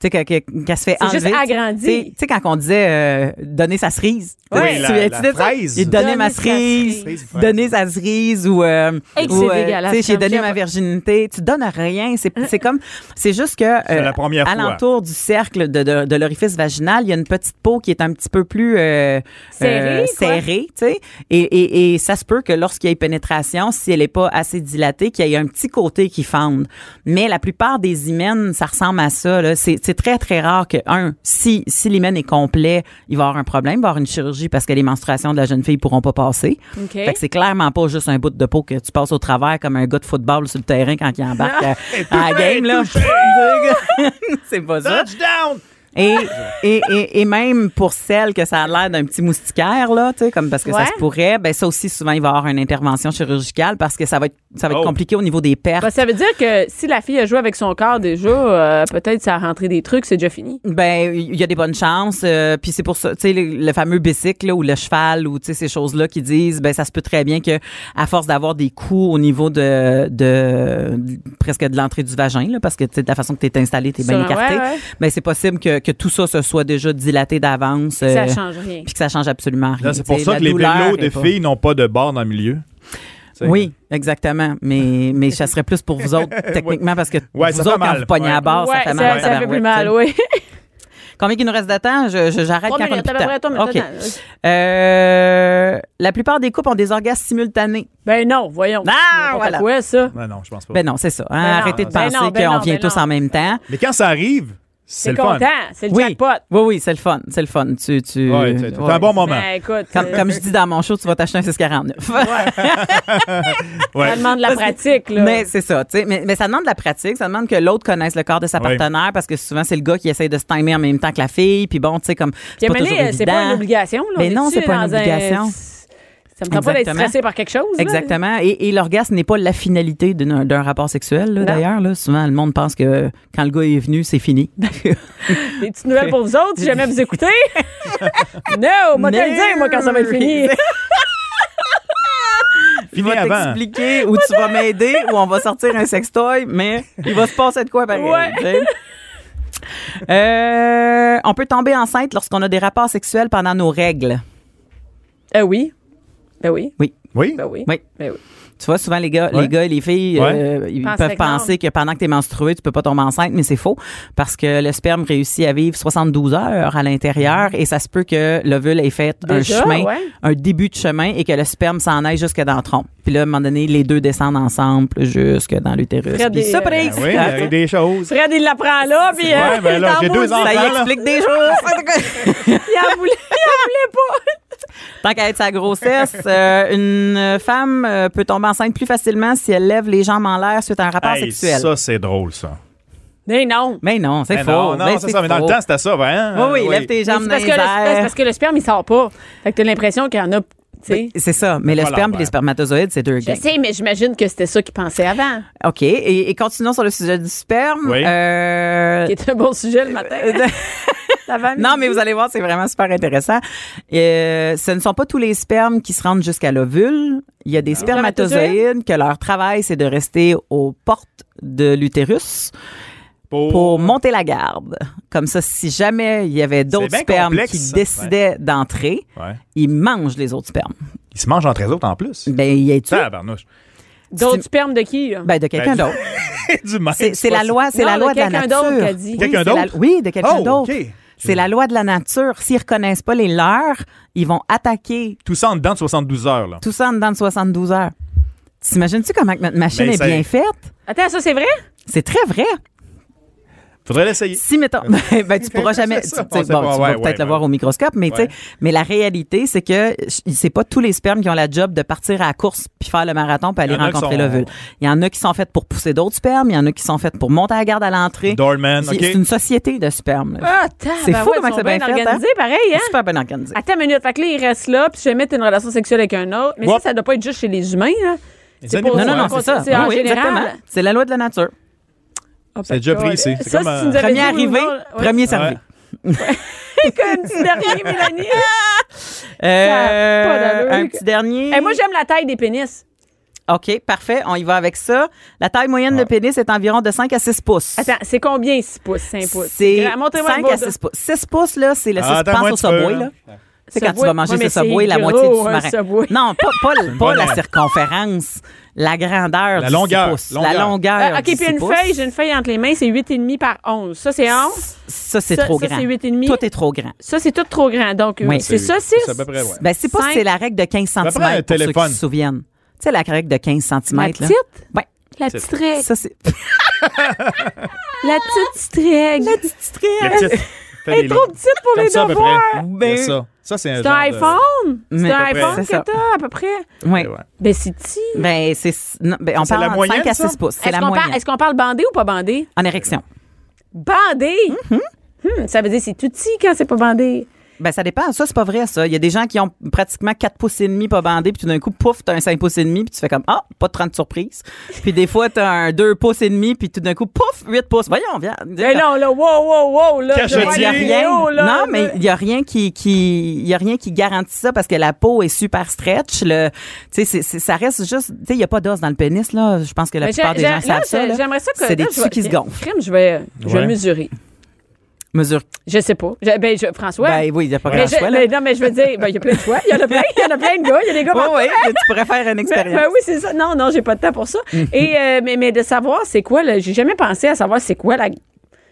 S4: Tu sais, que- que- qu'elle se fait
S3: C'est juste
S4: enlever.
S3: agrandi.
S4: Tu sais- Tu sais, quand on disait euh, donner sa cerise.
S5: Oui,
S4: Tu-
S5: la-
S4: tu-
S5: la
S4: tu disais ça?
S5: fraise.
S4: Et donner,
S3: Donner
S4: ma
S3: sa
S4: cerise.
S5: cerise.
S4: Donner sa cerise ou. euh,
S3: Hey, que
S4: ou,
S3: c'est
S4: euh,
S3: dégueulasse
S4: Tu sais, j'ai
S3: comme
S4: donné
S3: ça.
S4: ma virginité. Tu donnes rien. C'est c'est comme. C'est juste que. euh,
S5: C'est la première fois.
S4: Alentour du cercle de, de- de l'orifice vaginal, il y a une petite peau qui est un petit peu plus. euh,
S3: Serrée, quoi.
S4: serrée serrée, tu sais. Et, et- et ça se peut que lorsqu'il y ait pénétration, si elle n'est pas assez dilatée, qu'il y ait un petit côté qui fende. Mais la plupart des hymens, ça ressemble à ça. là. C'est c'est très, très rare que, un, si, si l'hymen est complet, il va y avoir un problème, il va y avoir une chirurgie parce que les menstruations de la jeune fille pourront pas passer.
S3: OK.
S4: Fait que c'est clairement pas juste un bout de peau que tu passes au travers comme un gars de football sur le terrain quand il embarque euh, à la game. là. c'est pas ça.
S5: Touchdown!
S4: Et, et, et, et même pour celles que ça a l'air d'un petit moustiquaire, là, tu sais, comme parce que ça
S3: Ouais.
S4: se pourrait, ben ça aussi, souvent, il va y avoir une intervention chirurgicale parce que ça va être, ça va être
S5: Oh.
S4: compliqué au niveau des pertes.
S3: Ben, ça veut dire que si la fille a joué avec son corps déjà, euh, peut-être ça a rentré des trucs, c'est déjà fini.
S4: Ben, il y a des bonnes chances. euh, Puis c'est pour ça, tu sais, le, le fameux bicycle là, ou le cheval ou tu sais ces choses-là qui disent, ben ça se peut très bien que à force d'avoir des coups au niveau de, de, de- presque de l'entrée du vagin, là, parce que tu sais de la façon que t'es installé, t'es bien
S3: Ça,
S4: écarté.
S3: ouais, ouais.
S4: Ben c'est possible que, que tout ça se soit déjà dilaté d'avance.
S3: Ça
S4: euh,
S3: change rien.
S4: Puis que ça change absolument rien.
S5: Là, c'est pour
S4: Tu sais,
S5: ça
S4: la
S5: que les
S4: douleur
S5: vélos
S4: est
S5: de
S4: pas-
S5: filles n'ont pas de barre dans le milieu. C'est-
S4: Oui, exactement. Mais, mais ça serait plus pour vous autres, techniquement, parce que
S5: Ouais,
S4: vous
S5: ça fait
S4: autres, quand
S5: mal.
S4: vous pognez à
S5: Ouais.
S4: barre, ça
S3: Ouais,
S4: fait mal.
S3: ça, fait
S4: tabarouette,
S3: plus mal,
S4: tu sais.
S3: oui.
S4: Combien il nous reste de temps? Je- je- J'arrête
S3: Trois
S4: quand on a
S3: minutes,
S4: plus de
S3: à peu près,
S4: temps.
S3: trois minutes.
S4: OK. Euh, la plupart des couples ont des orgasmes simultanés.
S3: Ben non, voyons.
S4: Ah,
S3: N'importe
S4: voilà.
S3: quoi, ça?
S5: Ouais, non, je pense pas.
S4: Ben non, c'est ça. hein.
S3: Ben non,
S4: Arrêtez de
S3: ben
S4: penser
S3: non, ben
S4: qu'on
S3: non,
S4: vient
S3: ben
S4: tous
S3: non.
S4: en même temps.
S5: Mais quand ça arrive, c'est
S3: T'es
S5: le fun.
S3: content, c'est le
S4: Oui.
S3: jackpot.
S4: Oui, oui, c'est le fun. C'est le fun. Tu, tu,
S5: Ouais, c'est c'est
S4: ouais.
S5: un bon moment.
S3: Ben écoute,
S4: Comme,
S3: euh,
S4: comme je dis dans mon show, tu vas t'acheter un 649.
S3: ça
S5: Ouais.
S3: demande de la pratique, là.
S4: Mais c'est ça, tu sais. Mais, mais ça demande de la pratique, ça demande que l'autre connaisse le corps de sa
S5: Oui.
S4: partenaire parce que souvent c'est le gars qui essaie de se timer en même temps que la fille, puis bon, tu sais comme
S3: Puis
S4: c'est
S3: à
S4: pas
S3: un moment
S4: toujours
S3: donné, euh, c'est pas une
S4: évident.
S3: obligation, là.
S4: Mais
S3: On
S4: non,
S3: est-tu
S4: c'est pas une
S3: dans un-
S4: obligation.
S3: Ça me tente pas d'être
S4: Exactement.
S3: stressé par quelque chose. là.
S4: Exactement. Et, et l'orgasme n'est pas la finalité d'une- d'un rapport sexuel, là,
S3: Non.
S4: d'ailleurs. là. Souvent, le monde pense que quand le gars est venu, c'est fini.
S3: Des petites nouvelles pour vous autres, si jamais vous écoutez. non, moi, te le dire, moi, quand ça va être fini.
S4: Il
S5: Fini
S4: va
S5: avant.
S4: t'expliquer ou tu vas m'aider ou on va sortir un sextoy, mais il va se passer de quoi pareil.
S3: Ouais.
S4: tu sais. Euh, on peut tomber enceinte lorsqu'on a des rapports sexuels pendant nos règles. Euh,
S3: Ah oui. Ben oui.
S5: Oui?
S3: Ben oui.
S4: Oui.
S3: Ben oui.
S4: Tu vois, souvent, les gars,
S5: Ouais.
S4: les gars et les filles,
S5: Ouais.
S4: euh, ils
S3: Pensent
S4: peuvent
S3: que non.
S4: penser que pendant que tu es menstruée, tu peux pas tomber enceinte, mais c'est faux. Parce que le sperme réussit à vivre 72 heures à l'intérieur et ça se peut que l'ovule ait fait
S3: Déjà,
S4: un chemin,
S3: ouais.
S4: un début de chemin et que le sperme s'en aille jusque dans le tronc. Puis là, à un moment donné, les deux descendent ensemble jusque dans l'utérus.
S3: Fred
S4: Puis
S3: est-
S4: surprise!
S5: Ben oui, il arrive des choses.
S3: Fred, il l'apprend là, puis euh,
S5: Ouais, ben là, j'ai deux enfants.
S4: Ça y
S5: là.
S4: explique des choses.
S3: il en voulait, il en voulait pas.
S4: Tant qu'à être sa grossesse, euh, une femme euh, peut tomber enceinte plus facilement si elle lève les jambes en l'air suite à un rapport
S5: Hey,
S4: sexuel.
S5: ça, c'est drôle, ça.
S3: Mais non.
S4: Mais non, c'est
S5: Ben
S4: faux.
S5: Non, non,
S4: Ben,
S5: c'est ça. Mais dans le
S4: faux.
S5: temps, c'était ça, ben. hein?
S4: Oui, oui, lève tes
S3: Mais
S4: jambes
S3: C'est
S4: dans
S3: parce,
S4: les
S3: que le- c'est
S4: airs.
S3: parce que le sperme, il sort pas. Fait que t'as l'impression qu'il y en a, tu sais.
S4: C'est ça, mais le
S5: Voilà,
S4: sperme et
S5: ben.
S4: les spermatozoïdes, c'est deux
S3: Je
S4: gangs.
S3: sais, mais j'imagine que c'était ça qu'ils pensaient avant.
S4: OK, et, et continuons sur le sujet du sperme.
S5: Oui.
S4: Euh,
S3: Qui est un bon sujet le matin.
S4: non, mais vous allez voir, c'est vraiment super intéressant. Euh, ce ne sont pas tous les spermes qui se rendent jusqu'à l'ovule. Il y
S3: Ah.
S4: a des spermatozoïdes que leur travail, c'est de rester aux portes de l'utérus
S5: Oh.
S4: pour monter la garde. Comme ça, si jamais il y avait d'autres
S5: bien
S4: spermes
S5: complexe,
S4: qui
S5: ça.
S4: décidaient d'entrer,
S5: Ouais.
S4: ils mangent les autres spermes.
S5: Ils se mangent entre eux autres en plus.
S4: Ben, il y a tu
S5: Tabarnouche.
S3: D'autres spermes de qui, là?
S4: ben, de quelqu'un
S5: Ben,
S4: d'autre.
S5: du mal.
S4: C'est c'est la
S5: pas-
S4: loi, c'est
S3: Non,
S4: la
S3: de
S4: loi de, la
S3: quelqu'un
S4: nature.
S3: d'autre qui a dit.
S4: Oui,
S5: Quelqu'un
S4: c'est la-
S5: d'autre?
S4: Oui, de quelqu'un
S5: Oh,
S4: d'autre.
S5: OK.
S4: C'est la loi de la nature. S'ils reconnaissent pas les leurs, ils vont attaquer
S5: Tout ça en dedans de 72 heures, là.
S4: tout ça en dedans de 72 heures. T'imagines-tu comment que notre machine
S5: Ben,
S4: est
S5: ça-
S4: bien faite?
S3: Attends, ça, c'est vrai?
S4: C'est très vrai.
S5: Faudrait l'essayer.
S4: Si, mettons, ben, ben, tu pourras jamais, tu,
S5: C'est
S4: tu
S5: ça.
S4: sais,
S5: On sait
S4: bon,
S5: pas.
S4: tu
S5: Ouais,
S4: vas peut-être
S5: ouais,
S4: le
S5: ouais.
S4: voir au microscope, mais, tu sais,
S5: Ouais.
S4: mais la réalité, c'est que ch- c'est pas tous les spermes qui ont la job de partir à la course puis faire le marathon puis
S5: Il y
S4: aller
S5: en a qui
S4: rencontrer
S5: sont-
S4: l'ovule. Il y en a qui sont faits pour pousser d'autres spermes, il y en a qui sont faits pour monter à la garde à l'entrée.
S5: Doorman,
S4: C'est
S5: OK.
S4: c'est une société de sperme. là.
S3: Ah, t'as,
S4: C'est
S3: ben
S4: fou
S3: ouais,
S4: comment
S3: ils sont
S4: c'est bien fait, hein?
S3: organisé, pareil, hein?
S4: Super bien organisé.
S3: Attends une minute. Fait que là, il reste là, puis si jamais t'as une relation sexuelle avec un autre. Mais
S5: Ouais.
S3: ça, ça doit pas être juste chez les humains, là. C'est
S5: animaux,
S3: pour-
S4: Non, non, non,
S5: Ouais.
S4: c'est ça. Ah
S3: C'est en
S4: Oui, oui,
S3: général.
S4: exactement. C'est la loi de la nature.
S3: Ah, ben,
S5: C'est déjà pris,
S3: ouais.
S5: c'est- c'est
S3: Ça,
S5: comme,
S3: si tu
S5: euh,
S3: nous avais
S4: Premier
S3: dit,
S4: arrivé,
S3: oui, non, ouais.
S4: premier servi.
S5: Ouais.
S3: Comme petit dernier, Mélanie.
S4: Euh,
S3: Ça a pas d'allure.
S4: un petit dernier.
S3: Et moi, j'aime la taille des pénis.
S4: OK, parfait. On y va avec ça. La taille moyenne de pénis est environ de 5 à 6 pouces.
S3: Attends, c'est combien 6 pouces, 5 pouces?
S4: C'est
S3: Grand, montrez-moi le
S4: 5
S3: beau
S4: à
S3: dos.
S4: 6 pouces. 6 pouces, là, c'est le 6
S5: Ah, attends,
S4: penses
S5: moi,
S4: au
S5: tu peux,
S4: Subway,
S5: hein.
S4: là. C'est quand tu
S3: Subway.
S4: vas manger
S3: Ouais,
S4: ce
S3: mais
S4: Subway,
S3: c'est
S4: la moitié du
S3: gros, un
S4: sous-marin.
S3: Subway.
S4: Non, pas, pas,
S5: une
S4: pas
S5: bonne
S4: la
S5: aide.
S4: circonférence, la grandeur
S5: La
S4: du
S5: longueur,
S4: 6 pouces. La
S5: longueur.
S4: longueur
S3: Ah, OK, puis
S4: du 6
S3: une
S4: pouces.
S3: feuille, j'ai une feuille entre les mains, c'est 8,5 par 11. Ça, c'est 11.
S4: Ça, c'est
S3: Ça,
S4: trop
S3: ça,
S4: grand.
S3: c'est huit et demi.
S4: Toi, t'es trop grand.
S3: Ça, c'est tout trop grand. Donc, euh,
S4: Oui.
S3: c'est ça, c'est.
S5: C'est à peu près, ouais.
S4: Ben, c'est pas
S3: Cinq.
S4: c'est la règle de 15 cm
S5: Ben,
S4: pour
S5: prends un
S4: ceux qui
S5: téléphone.
S4: se souviennent. Tu sais, la règle de 15 cm.
S3: La
S4: là.
S3: petite?
S4: Ouais.
S3: La petite règle.
S4: Ça, c'est.
S3: La petite règle. La petite
S5: Les
S3: règle.
S5: petites- Fais les
S3: trop
S5: lignes.
S3: petite pour
S5: Comme
S3: les
S5: ça, à peu
S3: devoirs.
S5: près.
S4: Ben-
S5: Il y a Ça, Ça, c'est un
S3: C'est un
S5: genre de-
S3: iPhone.
S4: Mais-
S3: C'est un
S4: À peu près.
S3: iPhone
S4: C'est ça.
S3: que t'as, à peu près.
S4: Ouais.
S5: Eh Ouais.
S3: Ben, c'est petit.
S4: Ben, c'est. non, ben, on
S5: C'est
S4: parle
S5: la
S4: de
S5: moyenne,
S4: 5 à
S5: ça?
S4: 6 pouces. C'est
S3: Est-ce
S4: la
S3: qu'on
S4: moyenne.
S3: parle- est-ce qu'on parle bandé ou pas bandé?
S4: En érection.
S3: Bandé! Hum, ça veut dire c'est tout petit quand c'est pas bandé.
S4: Ben, ça dépend. Ça, c'est pas vrai, ça. Il y a des gens qui ont pratiquement 4 pouces et demi pas bandés, puis tout d'un coup, pouf, t'as un 5 pouces et demi, puis tu fais comme, ah, pas de 30 surprises. Puis des fois, t'as un 2 pouces et demi, puis tout d'un coup, pouf, 8 pouces. Voyons, viens.
S3: Mais Eh non, là, wow, wow, wow, là.
S5: Cachotier.
S3: je vois
S4: Il y a
S3: les
S4: rien.
S3: vidéos, là,
S4: non, mais il y a rien qui qui il y a rien qui garantit ça parce que la peau est super stretch. Le, tu sais, c'est- c'est- ça reste juste. Tu sais, il y a pas d'os dans le pénis là. Je pense que la
S3: Mais j'ai-
S4: plupart des
S3: j'ai-
S4: gens
S3: là,
S4: savent ça.
S3: j'ai-
S4: là.
S3: J'aimerais ça que.
S4: C'est des
S3: là, je
S4: tissus
S3: vais-
S4: qui se gonflent.
S3: Crime, je vais, je
S5: Ouais.
S3: vais mesurer.
S4: Mesure.
S3: Je sais pas. Je- ben, je- François.
S4: Ben oui, il y a pas
S3: mais
S4: grand
S3: je-
S4: choix là.
S3: mais non, mais je veux dire, ben, il y a plein de choix. Il y en a plein. Il y en a plein de gars. Il y a des gars
S4: Oh,
S3: partout.
S4: oui, tu pourrais faire une
S3: Ben,
S4: expérience.
S3: ben oui, c'est ça. Non, non, j'ai pas de temps pour ça. Et euh, mais, mais de savoir c'est quoi, là, j'ai jamais pensé à savoir c'est quoi la.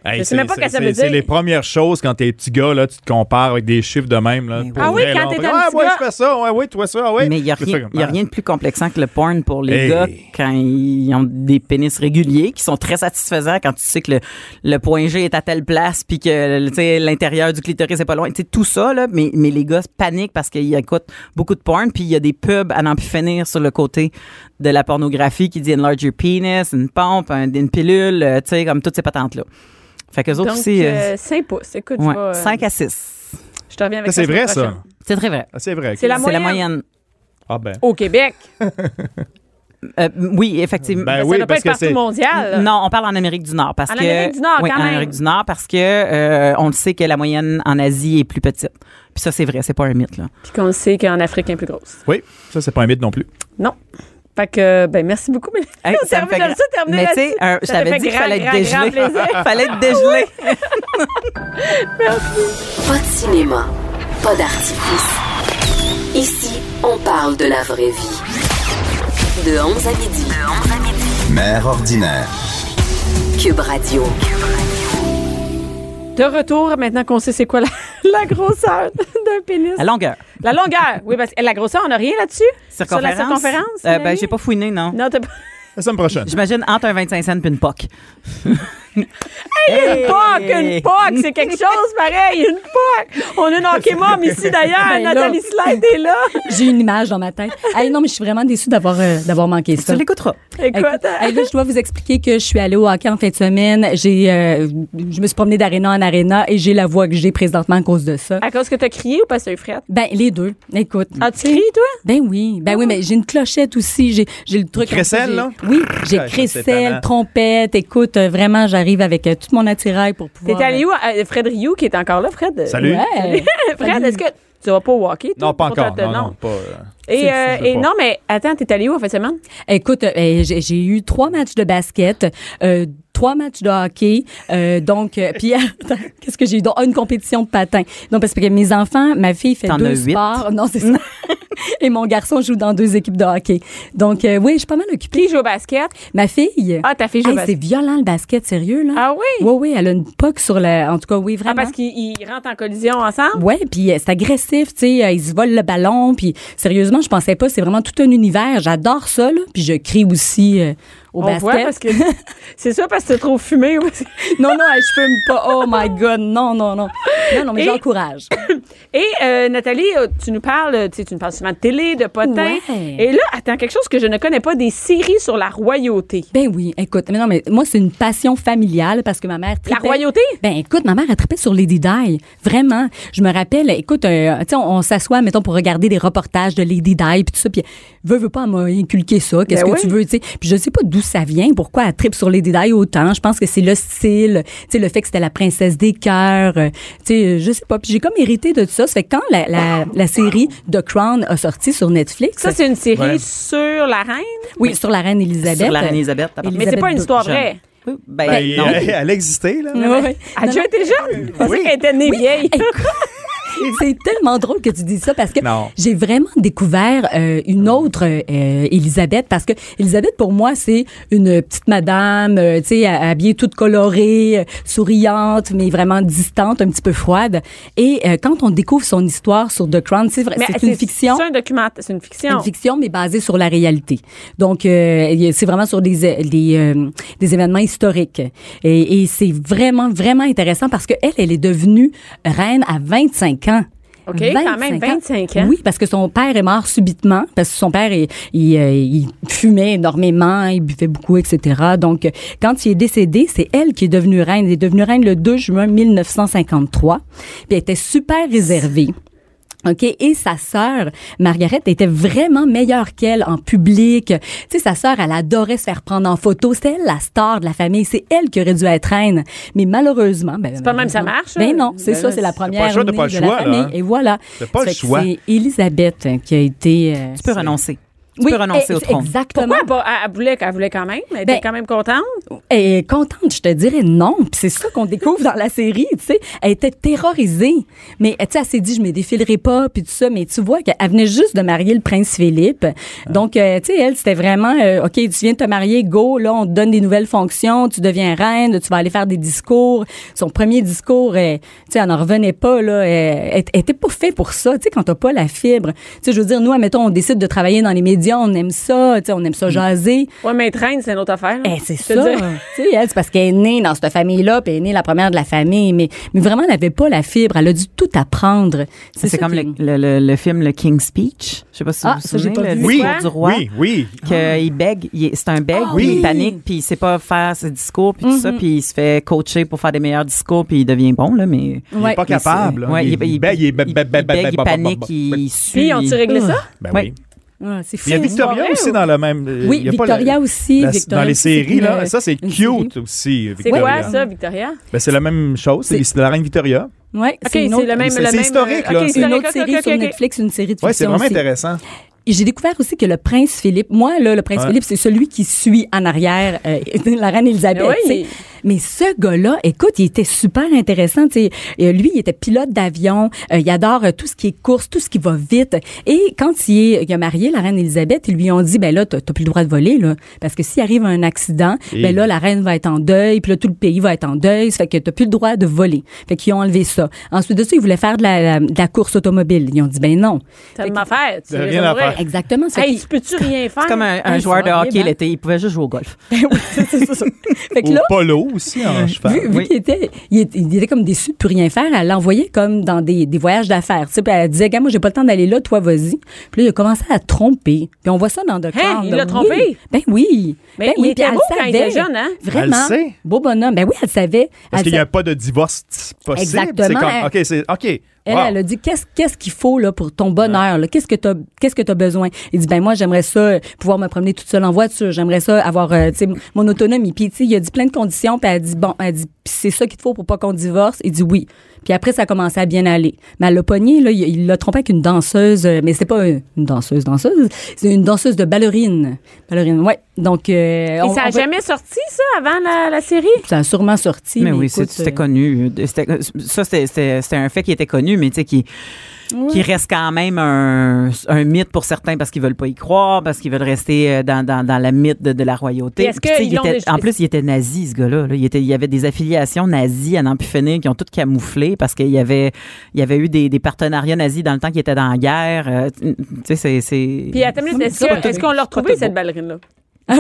S5: Hey,
S3: Je sais
S5: c'est-
S3: même pas
S5: c'est-
S3: que ça
S5: c'est-
S3: veut
S5: C'est
S3: dire.
S5: les premières choses quand t'es petit gars, là, tu te compares avec des chiffres de même. Là,
S4: Mais
S5: pour
S3: Ah oui,
S5: vrai,
S3: quand
S5: là,
S3: t'es
S5: on fait,
S3: un
S5: Ah,
S3: petit
S5: ouais,
S3: gars.
S5: je fais ça, ouais, ouais, toi ça, ah, ouais.
S4: Mais il n'y a,
S5: Je fais
S4: rien-
S5: comme,
S4: il y a
S5: ah.
S4: rien de plus complexant que le porn pour les
S5: Hey.
S4: gars quand ils ont des pénis réguliers qui sont très satisfaisants quand tu sais que le, le point G est à telle place puis que tu sais, l'intérieur du clitoris c'est pas loin. Tu sais, tout ça, là, mais, mais les gars paniquent parce qu'ils écoutent beaucoup de porn puis il y a des pubs à n'en plus finir sur le côté de la pornographie qui dit une larger penis, une pompe, un- une pilule, euh, tu sais, comme toutes ces patentes-là. Fait qu'eux autres
S3: Donc,
S4: aussi... euh,
S3: 5 pouces. Écoute, je, vais, euh,
S4: 5 à 6.
S3: je te reviens avec
S5: Ça, C'est
S3: la semaine
S5: vrai, ça.
S3: prochaine.
S4: C'est très vrai.
S5: Ah, C'est vrai.
S3: C'est la
S5: ok.
S4: C'est la
S3: moyenne.
S4: moyenne.
S5: Ah ben.
S3: Au Québec.
S4: Euh, oui, effectivement.
S5: Ben
S3: ça
S5: oui,
S3: doit pas
S5: parce
S3: être
S5: que
S3: partout
S5: c'est-
S3: mondial.
S4: Non, on parle en Amérique du Nord parce
S3: En
S4: que
S3: Amérique du Nord,
S4: oui,
S3: quand
S4: en
S3: même.
S4: Amérique du Nord parce que euh, on le sait que la moyenne en Asie est plus petite. Puis ça c'est vrai, c'est pas un mythe là.
S3: Puis qu'on sait qu'en Afrique, elle est plus grosse.
S5: Oui, ça, c'est pas un mythe non plus.
S3: Non. Fait que, ben, merci beaucoup, Mélanie.
S4: Hey,
S3: On
S4: ça me fait
S3: termine
S4: gra-
S3: ça, terminer
S4: Mais tu sais,
S3: là-dessus.
S4: un- je
S3: Ça te
S4: t'avais
S3: fait
S4: dit qu'il
S3: grand,
S4: fallait être
S3: grand, grand
S4: dégelé.
S3: plaisir.
S4: fallait être dégelé.
S1: Pas de cinéma, pas d'artifice. Ici, on parle de la vraie vie. De 11 à midi.
S2: Mère ordinaire.
S1: Cube Radio.
S3: De retour, maintenant qu'on sait c'est quoi la, la grosseur d'un pénis.
S4: La longueur.
S3: La longueur. Oui, parce que la grosseur, on n'a rien là-dessus? Sur la circonférence?
S4: Euh, ben
S3: Mélanie?
S4: j'ai pas fouiné non.
S3: Non, t'as pas.
S5: La semaine prochaine.
S4: J'imagine entre un 25 cents puis une poque.
S3: Une POC, une POC, c'est quelque chose pareil, une POC. On a une hockey mom ici d'ailleurs,
S6: Ben là.
S3: Nathalie Slide est là.
S6: J'ai une image dans ma tête. Hey, non, mais je suis vraiment déçue d'avoir euh, d'avoir manqué ça.
S4: Tu l'écouteras.
S3: Écoute, hein.
S6: Écoute, hey, là, je dois vous expliquer que je suis allée au hockey en fin de semaine. J'ai, euh, je me suis promenée d'aréna en aréna et j'ai la voix que j'ai présentement à cause de ça.
S3: à cause que t'as crié ou parce que t'as eu frette?
S6: Ben les deux. Écoute.
S3: Ah, tu cries, toi?
S6: Ben oui, ben oui, mais j'ai une clochette aussi, j'ai, j'ai le truc.
S5: crécelle,
S6: j'ai-
S5: là?
S6: Oui, j'ai
S5: Ah, ça, c'est étonnant.
S6: crécelle, trompette. Écoute, euh, vraiment, j'arrive avec euh, tout mon attirail pour pouvoir.
S3: T'es allé où? Euh, Fred Rioux qui est encore là, Fred?
S5: Salut.
S6: Ouais.
S3: Fred, est-ce que tu vas pas au hockey? toi,
S5: Non, pas
S3: pour ta-
S5: encore.
S3: ta-
S5: Non, non, pas. euh,
S3: Et, euh,
S5: Je sais
S3: et
S5: pas.
S3: non, mais attends, t'es allé où en fait semaine?
S6: Écoute, euh, euh, j'ai j'ai eu trois matchs de basket, euh, trois matchs de hockey, euh, donc euh, puis attends, qu'est-ce que j'ai eu donc ah, une compétition de patin. Donc parce que mes enfants, ma fille fait
S4: T'en as
S6: deux
S4: huit.
S6: sports, non c'est ça, et mon garçon joue dans deux équipes de hockey. Donc euh, oui, je suis pas mal occupée.
S3: Qui joue au basket?
S6: Ma fille.
S3: Ah, ta fille joue au
S6: Hey,
S3: basket.
S6: c'est violent le basket, sérieux là.
S3: Ah oui?
S6: Oui, oui, elle a une poque sur la. En tout cas, oui,
S3: Ah,
S6: vraiment.
S3: parce qu'ils ils rentrent en collision ensemble?
S6: Ouais, puis euh, c'est agressif, tu sais, euh, ils se volent le ballon, puis sérieusement, je pensais pas, c'est vraiment tout un univers, j'adore ça, là, puis je crie aussi euh, au
S3: On
S6: basket.
S3: voit parce que c'est ça parce que t'es trop fumé. ou-
S6: Non, non, hey, je fume pas. Oh my God, non, non, non. Non, non, mais
S3: Et-
S6: j'encourage.
S3: Et euh, Nathalie, euh, tu nous parles, tu, sais, tu nous parles souvent de télé, de potins.
S6: Ouais.
S3: Et là, attends, quelque chose que je ne connais pas, des séries sur la royauté.
S6: Ben oui, écoute, mais non, mais moi, c'est une passion familiale parce que ma mère...
S3: La
S6: tripait-
S3: royauté?
S6: Ben écoute, ma mère, elle trippait sur Lady Di. Vraiment. Je me rappelle, écoute, euh, tu sais, on, on s'assoit, mettons, pour regarder des reportages de Lady Di, puis tout ça, puis veux, veux pas, elle m'a inculqué ça. Qu'est-ce
S3: Ben
S6: que
S3: oui.
S6: tu veux, tu sais? Puis je sais pas d'où ça vient, pourquoi elle trippe sur Lady Di autant. Je pense que c'est le style, tu sais, le fait que c'était la princesse des cœurs, euh, tu sais, je sais pas. Puis j'ai comme hérité de tout ça. Ça fait que quand la, la, la série The Crown a sorti sur Netflix...
S3: Ça, c'est une série
S5: Ouais.
S3: sur la reine,
S6: Oui, sur la reine Elisabeth. euh,
S4: Sur la reine Elisabeth. t'as parlé.
S3: mais c'est pas une
S6: Elisabeth
S3: histoire
S4: Jeune.
S3: vraie.
S4: Oui, Ben,
S5: Ben,
S4: non.
S5: elle, elle existait, là.
S6: Ouais, ouais.
S3: Elle a
S6: Non,
S3: déjà
S6: non.
S3: été jeune. Je pensais
S5: Oui.
S3: qu'elle était née vieille.
S6: C'est tellement drôle que tu dis ça parce que
S5: Non.
S6: j'ai vraiment découvert euh, une autre euh, Elisabeth parce que Elisabeth pour moi c'est une petite madame, euh, tu sais ha- habillée toute colorée, euh, souriante mais vraiment distante, un petit peu froide. Et euh, quand on découvre son histoire sur The Crown, c'est vrai,
S3: Mais
S6: c'est une fiction.
S3: C'est un documentaire. C'est une fiction.
S6: Une fiction, mais basée sur la réalité. Donc, euh, il y a- c'est vraiment sur des é- des, euh, des événements historiques. Et, et c'est vraiment, vraiment intéressant parce que elle, elle est devenue reine à 25 ans.
S3: OK, quand même, 25 ans.
S6: Oui, parce que son père est mort subitement, parce que son père, il, il, euh, il fumait énormément, il buvait beaucoup, etc. Donc, euh, quand il est décédé, c'est elle qui est devenue reine. Elle est devenue reine le 2 juin 1953. Puis elle était super réservée. OK, et sa sœur, Margaret, était vraiment meilleure qu'elle en public. Tu sais, sa sœur, elle adorait se faire prendre en photo. C'est elle la star de la famille. C'est elle qui aurait dû être reine. Mais malheureusement... Ben,
S3: C'est pas même ça
S6: malheureusement,
S3: marche, hein?
S6: Ben non, c'est
S3: Ben
S6: ça,
S3: là,
S6: c'est la
S3: c'est pas
S5: le
S6: première
S5: choix, t'as
S6: née
S5: pas le
S6: de la
S5: choix, là,
S6: famille.
S5: hein?
S6: Et voilà.
S5: T'as pas
S6: Ça
S5: le
S6: fait que
S5: choix.
S6: C'est Elisabeth qui a été... euh,
S4: Tu peux renoncer. Tu
S6: oui,
S4: peux renoncer
S6: eh,
S4: au trône.
S6: Exactement.
S3: Pourquoi pas? Elle, elle voulait, elle voulait quand même. Elle était
S6: Ben,
S3: quand même contente.
S6: Elle est contente, je te dirais non. Puis c'est ça qu'on découvre dans la série, tu sais. Elle était terrorisée. Mais, tu sais, elle s'est dit, je me défilerai pas, puis tout ça. Mais tu vois qu'elle venait juste de marier le prince Philippe. Donc, euh, tu sais, elle, c'était vraiment, euh, OK, tu viens de te marier, go, là, on te donne des nouvelles fonctions, tu deviens reine, tu vas aller faire des discours. Son premier discours, euh, tu sais, elle n'en revenait pas, là. Elle, elle- elle était pas fait pour ça, tu sais, quand t'as pas la fibre. Tu sais, je veux dire, nous, admettons, on décide de travailler dans les médias, on aime ça, tu sais, on aime ça jaser.
S3: Ouais, mais traîne, c'est une autre affaire. là.
S6: Eh, c'est
S3: Hein? Je
S6: ça.
S3: te dis-
S6: Tu sais, elle, c'est parce qu'elle est née dans cette famille-là, puis elle est née la première de la famille, mais, mais vraiment, elle n'avait pas la fibre. Elle a dû tout apprendre.
S3: Ah,
S4: C'est
S6: ça
S4: comme
S6: qui-
S4: le, le, le- le film Le King's Speech. Je sais pas si
S6: Ah,
S4: vous vous
S6: ça,
S4: souvenez,
S6: j'ai pas
S4: le
S6: vu.
S5: Oui,
S4: discours du roi.
S5: oui, oui.
S4: qu'il bègue, il est- c'est un bègue,
S6: Ah
S4: puis
S6: oui.
S4: il panique, puis il sait pas faire ses discours, puis tout ça, puis il se fait coacher pour faire des meilleurs discours, puis il devient bon, là, mais...
S5: Il
S6: Ouais. ben,
S5: est pas capable.
S4: Ouais,
S5: il, ben,
S4: il, il-
S5: bègue,
S4: il- il bègue, il panique, il sue.
S3: Puis, ont-tu réglé ça?
S5: Ben
S4: Ouais.
S5: oui.
S6: Ah, c'est fou.
S5: Il y a Victoria
S3: soirée,
S5: aussi
S3: ou-
S5: dans la même. euh,
S6: Oui,
S5: il y a pas
S6: Victoria aussi.
S5: la-
S6: Victoria
S5: dans les
S6: aussi, c'est
S5: séries, là,
S6: une- euh,
S5: ça c'est
S6: une
S5: cute
S6: série.
S5: aussi, Victoria.
S3: C'est quoi ça, Victoria?
S5: Ben, c'est la même chose, c'est
S6: C'est-
S5: c'est la reine Victoria.
S6: Ouais,
S3: OK, c'est
S6: une
S3: le
S6: autre-
S3: même.
S5: c'est-
S3: le
S5: c'est
S3: même- euh,
S5: historique,
S3: OK,
S5: là.
S6: C'est une
S3: historique,
S6: autre
S3: OK,
S6: série
S3: OK,
S6: sur
S3: OK.
S6: Netflix, une série de fiction
S5: Ouais, c'est vraiment
S6: aussi.
S5: intéressant.
S6: Et j'ai découvert aussi que le prince Philippe, moi, là, le prince
S5: Ouais.
S6: Philippe, c'est celui qui suit en arrière euh, la reine Elisabeth.
S3: Mais oui.
S6: tu sais. Mais ce gars-là, écoute, il était super intéressant. tu sais. Euh, lui, il était pilote d'avion. euh, il adore euh, tout ce qui est course, tout ce qui va vite. Et quand il, est, il a marié la reine Elisabeth, ils lui ont dit, ben là, t'as t'as plus le droit de voler, là, parce que s'il arrive un accident,
S5: Et-
S6: ben là, la reine va être en deuil, puis là, tout le pays va être en deuil. Ça fait que t'as plus le droit de voler. Fait qu'ils ont enlevé ça. Ensuite de ça, ils voulaient faire de la, la- de la course automobile. Ils ont dit, ben non.
S3: T'as de m'affaire. Tu
S5: T'as
S3: veux
S5: rien
S3: dire,
S5: à faire.
S3: ouais.
S6: Exactement. ça fait
S3: Hey,
S6: qu'ils-
S3: tu peux-tu rien faire?
S4: C'est comme un, un
S6: Hey,
S4: joueur
S6: ça
S4: de
S6: va
S4: hockey
S6: bien, hein?
S4: l'été, il pouvait juste jouer au golf.
S6: Fait que
S5: Au
S6: là,
S5: polo aussi, en
S6: vu,
S5: cheval.
S6: vu
S4: Oui.
S6: qu'il était, il, était- il était comme déçu de plus rien faire, elle l'envoyait comme dans des, des voyages d'affaires. Tu sais, puis elle disait, gars, moi, j'ai pas le temps d'aller là, toi, vas-y. Puis là, il a commencé à tromper. Puis on voit ça dans Doctor.
S3: Hein, il l'a
S6: Oui.
S3: trompé?
S6: Ben oui.
S3: Mais
S6: ben
S3: il
S6: oui,
S3: était
S6: puis elle
S3: beau quand il
S6: savait.
S3: était jeune, hein?
S6: Vraiment.
S5: Elle le sait.
S6: Beau bonhomme. Ben oui, elle savait.
S5: Parce
S6: Elle
S5: qu'il n'y
S6: sa-
S5: a pas de divorce t- possible.
S6: Exactement.
S5: C'est comme, OK, c'est. OK.
S6: Elle,
S5: wow.
S6: elle a dit qu'est-ce qu'est-ce qu'il faut là pour ton bonheur là Qu'est-ce que t'as qu'est-ce que t'as besoin Il dit ben moi j'aimerais ça euh, pouvoir me promener toute seule en voiture. J'aimerais ça avoir euh, tu sais, mon autonomie. Puis tu sais, il a dit plein de conditions. Puis elle dit bon, elle dit Puis c'est ça qu'il te faut pour pas qu'on divorce. Il dit oui. Puis après ça a commencé à bien aller. Mais elle l'a pogné là, il- il l'a trompé avec une danseuse, euh, mais c'est pas une une danseuse danseuse, c'est une danseuse de ballerine. Ballerine, ouais. Donc euh,
S3: Et
S6: on-
S3: ça
S6: on
S3: n'a
S6: va-
S3: jamais sorti, ça, avant la, la série?
S6: ça a sûrement sorti.
S4: Mais oui, c'est-
S6: écoute,
S4: c'était
S6: euh,
S4: connu. C'était- Ça, c'était- c'était c'était un fait qui était connu, mais tu sais, qui, qui reste quand même un, un mythe pour certains parce qu'ils veulent pas y croire, parce qu'ils veulent rester euh, dans, dans, dans la mythe de, de la royauté.
S3: Puis est-ce
S4: Puis, tu sais,
S3: qu'ils
S4: il
S3: ont
S4: était-
S3: déjà-
S4: En plus, il était nazi, ce gars-là. là. Il, était- il y avait des affiliations nazies à n'en plus finir qui ont toutes camouflé parce qu'il y avait, il y avait eu des, des partenariats nazis dans le temps qui étaient dans la guerre. Euh, tu sais, c'est- c'est...
S3: Puis attends, une minute, est-ce
S4: C'est pas
S3: que- est-ce
S4: tout-
S3: qu'on l'a
S4: c'est pas
S3: retrouvée,
S4: tout
S3: cette
S4: beau.
S3: ballerine-là?
S6: Ah,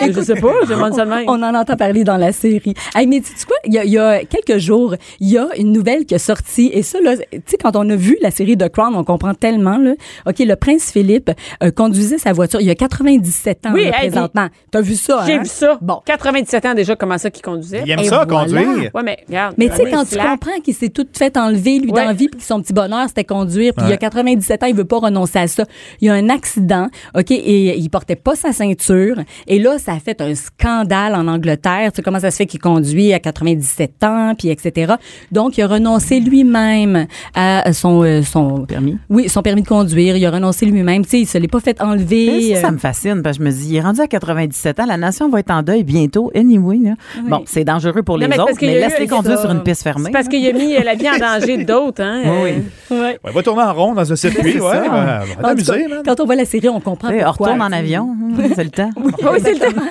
S3: je sais pas, je demande seulement.
S6: On en entend parler dans la série. Hey, mais tu quoi? Il y, a, il y a quelques jours, il y a une nouvelle qui est sortie. Et ça, là, tu sais, quand on a vu la série The Crown, on comprend tellement, là. OK, le prince Philippe euh, conduisait sa voiture. Il y a 97 ans,
S3: Oui,
S6: là,
S3: hey,
S6: présentement. T'as vu ça,
S3: J'ai
S6: hein?
S3: vu ça. Bon.
S6: Bon.
S3: 97 ans déjà, comment ça qu'il conduisait?
S5: Il aime
S6: Et
S5: ça,
S6: voilà.
S5: conduire.
S3: Ouais, mais regarde.
S4: Ben
S6: Mais tu sais,
S3: oui,
S6: quand tu
S3: c'est la-
S6: comprends qu'il s'est tout fait enlever, lui,
S3: Ouais.
S6: dans la vie, puis que son petit bonheur, c'était conduire, puis il y
S5: Ouais.
S6: a 97 ans, il veut pas renoncer à ça. Il y a un accident, OK, et il portait pas sa ceinture. Et là, ça a fait un scandale en Angleterre. Tu sais, comment ça se fait qu'il conduit à 97 ans, puis etc. Donc, il a renoncé lui-même à son... euh, son
S4: Permis.
S6: Oui, son permis de conduire. Il a renoncé lui-même. Tu sais, il se l'est pas fait enlever.
S3: euh,
S6: euh,
S4: Mais ça, ça me fascine parce que je me dis, il est rendu à 97 ans, la nation va être en deuil bientôt, anyway. là. Bon, c'est dangereux pour
S3: Non,
S4: les
S3: mais c'est parce
S4: autres,
S3: qu'il y
S4: mais
S3: a eu
S4: laisse-les
S3: ça.
S4: conduire sur une piste fermée.
S3: C'est parce qu'il a mis euh, la vie en danger d'autres, hein?
S4: Oui, oui.
S3: euh, ouais.
S5: Ouais, va tourner en rond dans un circuit.
S4: C'est
S5: ouais,
S4: euh, ça.
S5: ben, va
S6: En tout
S5: t'amuser,
S6: cas,
S5: man.
S6: quand on voit la série, on comprend
S4: Tu sais, Eh, on
S6: pourquoi.
S4: retourne en avion, hum, c'est le temps.
S3: Ah oui, c'est le temps.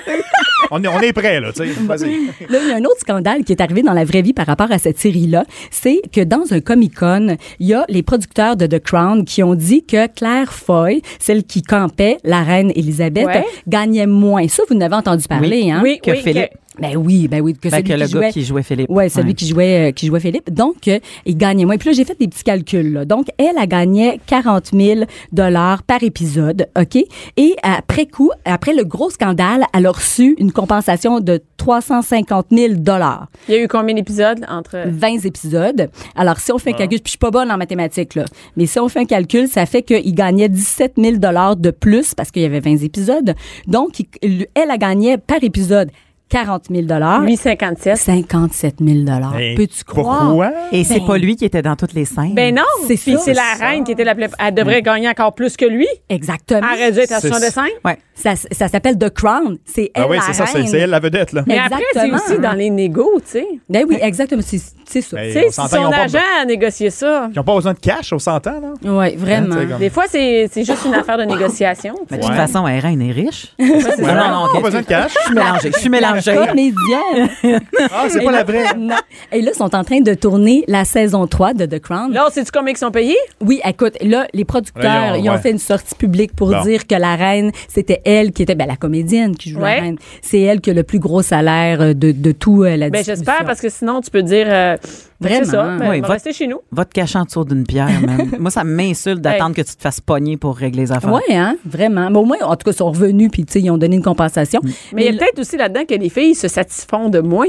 S5: On est, on est prêt, là, tu sais. Vas-y.
S6: Là, il y a un autre scandale qui est arrivé dans la vraie vie par rapport à cette série-là. C'est que dans un Comic-Con, il y a les producteurs de The Crown qui ont dit que Claire Foy, celle qui campait la reine Elisabeth,
S3: Ouais.
S6: gagnait moins. Ça, vous n'avez entendu parler, hein?
S3: Oui,
S4: que
S3: oui,
S4: Philippe.
S3: que-
S6: Ben oui, ben oui, que
S4: Fait
S6: celui
S4: que le
S6: qui
S4: gars
S6: jouait,
S4: qui jouait Philippe.
S6: Ouais, celui
S4: Ouais.
S6: qui jouait euh, qui jouait Philippe. Donc euh, il gagnait moins. Puis là j'ai fait des petits calculs. là. Donc elle a gagné 40 000 dollars par épisode, ok. Et après coup, après le gros scandale, elle a reçu une compensation de 350 000 dollars,
S3: Il y a eu combien d'épisodes entre.
S6: 20 épisodes. Alors si on fait un calcul, puis je suis pas bonne en mathématiques là, mais si on fait un calcul, ça fait qu'il gagnait 17 000 dollars de plus parce qu'il y avait 20 épisodes. Donc il- elle a gagné par épisode 40 000 dollars.
S3: 8,57.
S6: 57 000
S5: Hey,
S6: Peux-tu croire?
S5: Pourquoi?
S4: Et c'est
S6: Ben-
S4: pas lui qui était dans toutes les scènes.
S3: Ben non,
S6: C'est
S3: c'est
S6: ça.
S3: c'est la
S6: C'est
S3: reine qui était la plus. Elle devrait gagner encore plus que lui.
S6: Exactement.
S3: Elle aurait dû être à
S5: Mm. C'est-
S3: 65.
S4: Ouais.
S6: Ça, ça s'appelle The Crown. C'est elle
S5: Ah oui,
S6: la
S5: c'est ça, c'est
S6: reine.
S5: c'est elle la vedette, là.
S3: Mais après, c'est
S6: Exactement.
S3: aussi dans les négos, tu sais.
S6: Ben oui, exactement. C'est c'est ça.
S5: Ben,
S3: Tu
S5: on
S3: sais, si
S5: s'entend, ils ont
S3: son
S5: pas-
S3: agent a négocié ça.
S5: Ils n'ont pas besoin de cash, on s'entend, là.
S6: Oui, vraiment.
S5: Hein, tu sais, comme-
S3: Des fois, c'est c'est juste une affaire de négociation. tu sais.
S4: Mais de toute
S5: Ouais.
S4: façon, elle reine est riche.
S3: c'est ça.
S4: Ah non, non,
S5: Pas
S4: ok.
S5: besoin de cash.
S4: Je suis mélangée. Je suis
S6: La
S4: mélangée.
S6: comédienne.
S5: Ah, c'est pas la vraie.
S6: Non. Et là, ils sont en train de tourner la saison 3 de The Crown.
S3: Là, c'est-tu combien ils sont payés?
S6: Oui, écoute, là, les producteurs,
S5: Là, ils ont-
S6: ils ont
S5: ouais.
S6: fait une sortie publique pour
S5: Bon.
S6: dire que la reine, c'était elle qui était, ben, la comédienne qui joue la
S3: Ouais.
S6: reine. C'est elle qui a le plus gros salaire euh, de, de tout euh, la
S3: Ben,
S6: distribution.
S3: j'espère, parce que sinon, tu peux dire. euh,
S6: Vraiment.
S3: C'est ça. Ben,
S4: Oui,
S3: on va
S4: votre-
S3: rester chez nous.
S4: Va te cacher en dessous d'une pierre, man. Moi, ça m'insulte d'attendre que tu te fasses pogner pour régler les affaires.
S6: Ouais, hein, vraiment. Mais au moins, en tout cas, ils sont revenus puis tu sais, ils ont donné une compensation.
S3: Mais il y a peut-être aussi là-dedans que les filles se satisfont de moins.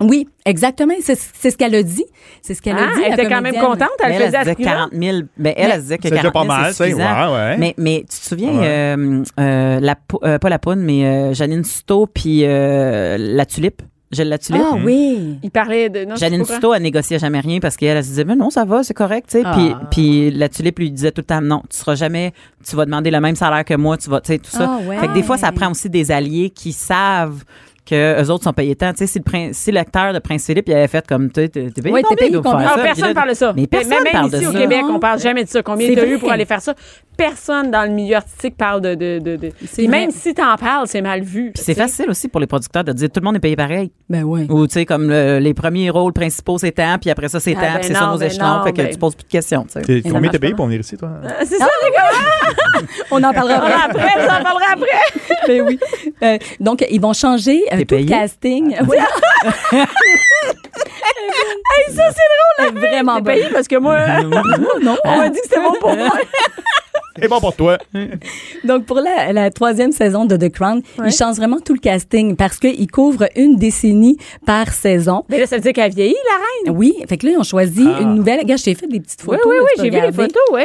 S6: oui, exactement. C'est c'est ce qu'elle a dit. C'est ce qu'elle
S3: Ah,
S6: a dit.
S3: elle
S6: la
S3: était quand même
S6: comédienne.
S3: contente,
S4: Mais
S3: elle,
S4: Elle,
S3: faisait
S4: elle
S3: à
S4: se
S3: ce
S4: disait
S3: prix-là.
S4: 40 000. Mais elle, elle se disait que
S5: C'est déjà
S4: 40 000,
S5: pas mal,
S4: c'est
S5: tu sais,
S4: suffisant.
S5: ouais, ouais.
S4: Mais, mais tu te souviens,
S5: Ouais.
S4: euh, euh, la, pou- euh, pas la poune, mais euh, Janine Souto puis euh, la tulipe, Gilles la tulipe.
S6: Ah oui.
S3: Il parlait de. Non, je
S4: Janine
S3: comprends.
S4: Souto, elle négociait jamais rien parce qu'elle elle se disait, mais non, ça va, c'est correct, tu sais. Puis,
S3: Ah.
S4: puis la tulipe lui disait tout le temps, non, tu seras jamais, tu vas demander le même salaire que moi, tu vas, tu sais, tout ça.
S6: Ah ouais.
S4: Fait que des fois, ça prend aussi des alliés qui savent que eux autres sont payés tant. Tu sais, si, le prin- si l'acteur de Prince Philippe, il avait fait comme, tu sais, t'es t'es payé
S6: Ouais, t'es
S4: combien
S6: payé
S4: de faire
S6: combien?
S4: ça?
S3: Ah,
S4: Puis
S3: personne
S4: là,
S3: ne parle de ça.
S4: Mais personne
S3: même
S4: parle de
S3: ici
S4: ça.
S3: au Québec, on parle jamais de ça. Combien
S6: C'est
S3: t'as
S6: vrai.
S3: eu pour aller faire ça? Personne dans le milieu artistique parle de. de, de, de-
S6: C'est
S3: Puis même
S6: vrai.
S3: si t'en parles, c'est mal vu.
S4: Puis c'est facile aussi pour les producteurs de dire tout le monde est payé pareil.
S6: Ben oui.
S4: Ou tu sais, comme le- les premiers rôles principaux, c'est tant, puis après ça, c'est tant,
S3: Ah, ben
S4: puis c'est ça
S3: non,
S4: nos
S3: ben
S4: échelons.
S3: non,
S4: fait que
S3: ben-
S4: tu poses plus de questions, tu sais.
S5: T'es-
S6: ça
S5: Combien
S6: marche
S5: t'es payé
S6: pas.
S5: pour venir ici, toi?
S3: C'est ça, les gars.
S6: On en
S3: On en
S6: parlera
S3: parlera Ah, après, vous en parlerez après.
S6: après. Ben oui. Euh, donc, ils vont changer euh,
S4: T'es
S6: tout le
S4: payé?
S6: casting. Oui.
S3: Ça, c'est drôle, la fille.
S6: Vraiment Ah.
S3: T'es payé parce que moi,
S6: Non.
S3: on m'a dit que c'était bon pour moi.
S5: C'est bon pour toi.
S6: Donc, pour la, la troisième saison de The Crown, ils changent vraiment tout le casting parce qu'ils couvrent une décennie par saison.
S3: Mais là, ça veut dire qu'elle vieillit, la reine.
S6: Oui, fait que là, ils ont choisi une nouvelle. Regarde, je t'ai fait des petites
S3: Oui,
S6: photos.
S3: oui,
S6: là,
S3: oui,
S6: tu peux
S3: j'ai vu les
S6: regarder.
S3: photos, oui.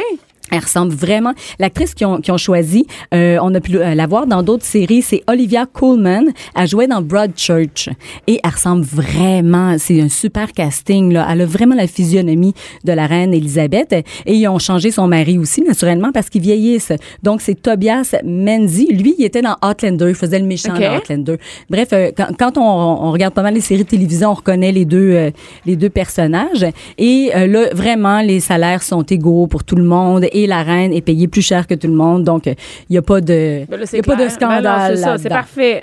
S6: Elle ressemble vraiment. L'actrice qu'ils ont, qu'ils ont choisie, euh, on a pu euh, la voir dans d'autres séries, c'est Olivia Coleman. Elle jouait dans Broadchurch. Et elle ressemble vraiment, c'est un super casting. Là. Elle a vraiment la physionomie de la reine Elisabeth. Et ils ont changé son mari aussi, naturellement, parce qu'ils vieillissent. Donc, c'est Tobias Menzies. Lui, il était dans Outlander. Il faisait le méchant
S3: Ok.
S6: dans Outlander. Bref, euh, quand, quand on, on regarde pas mal les séries télévisées, on reconnaît les deux, euh, les deux personnages. Et euh, là, vraiment, les salaires sont égaux pour tout le monde et la reine est payée plus cher que tout le monde. Donc, euh, il n'y a pas de,
S3: Ben là, c'est
S6: y a pas
S3: clair.
S6: de scandale.
S3: Ben non, c'est ça, c'est
S6: là-dedans.
S3: parfait.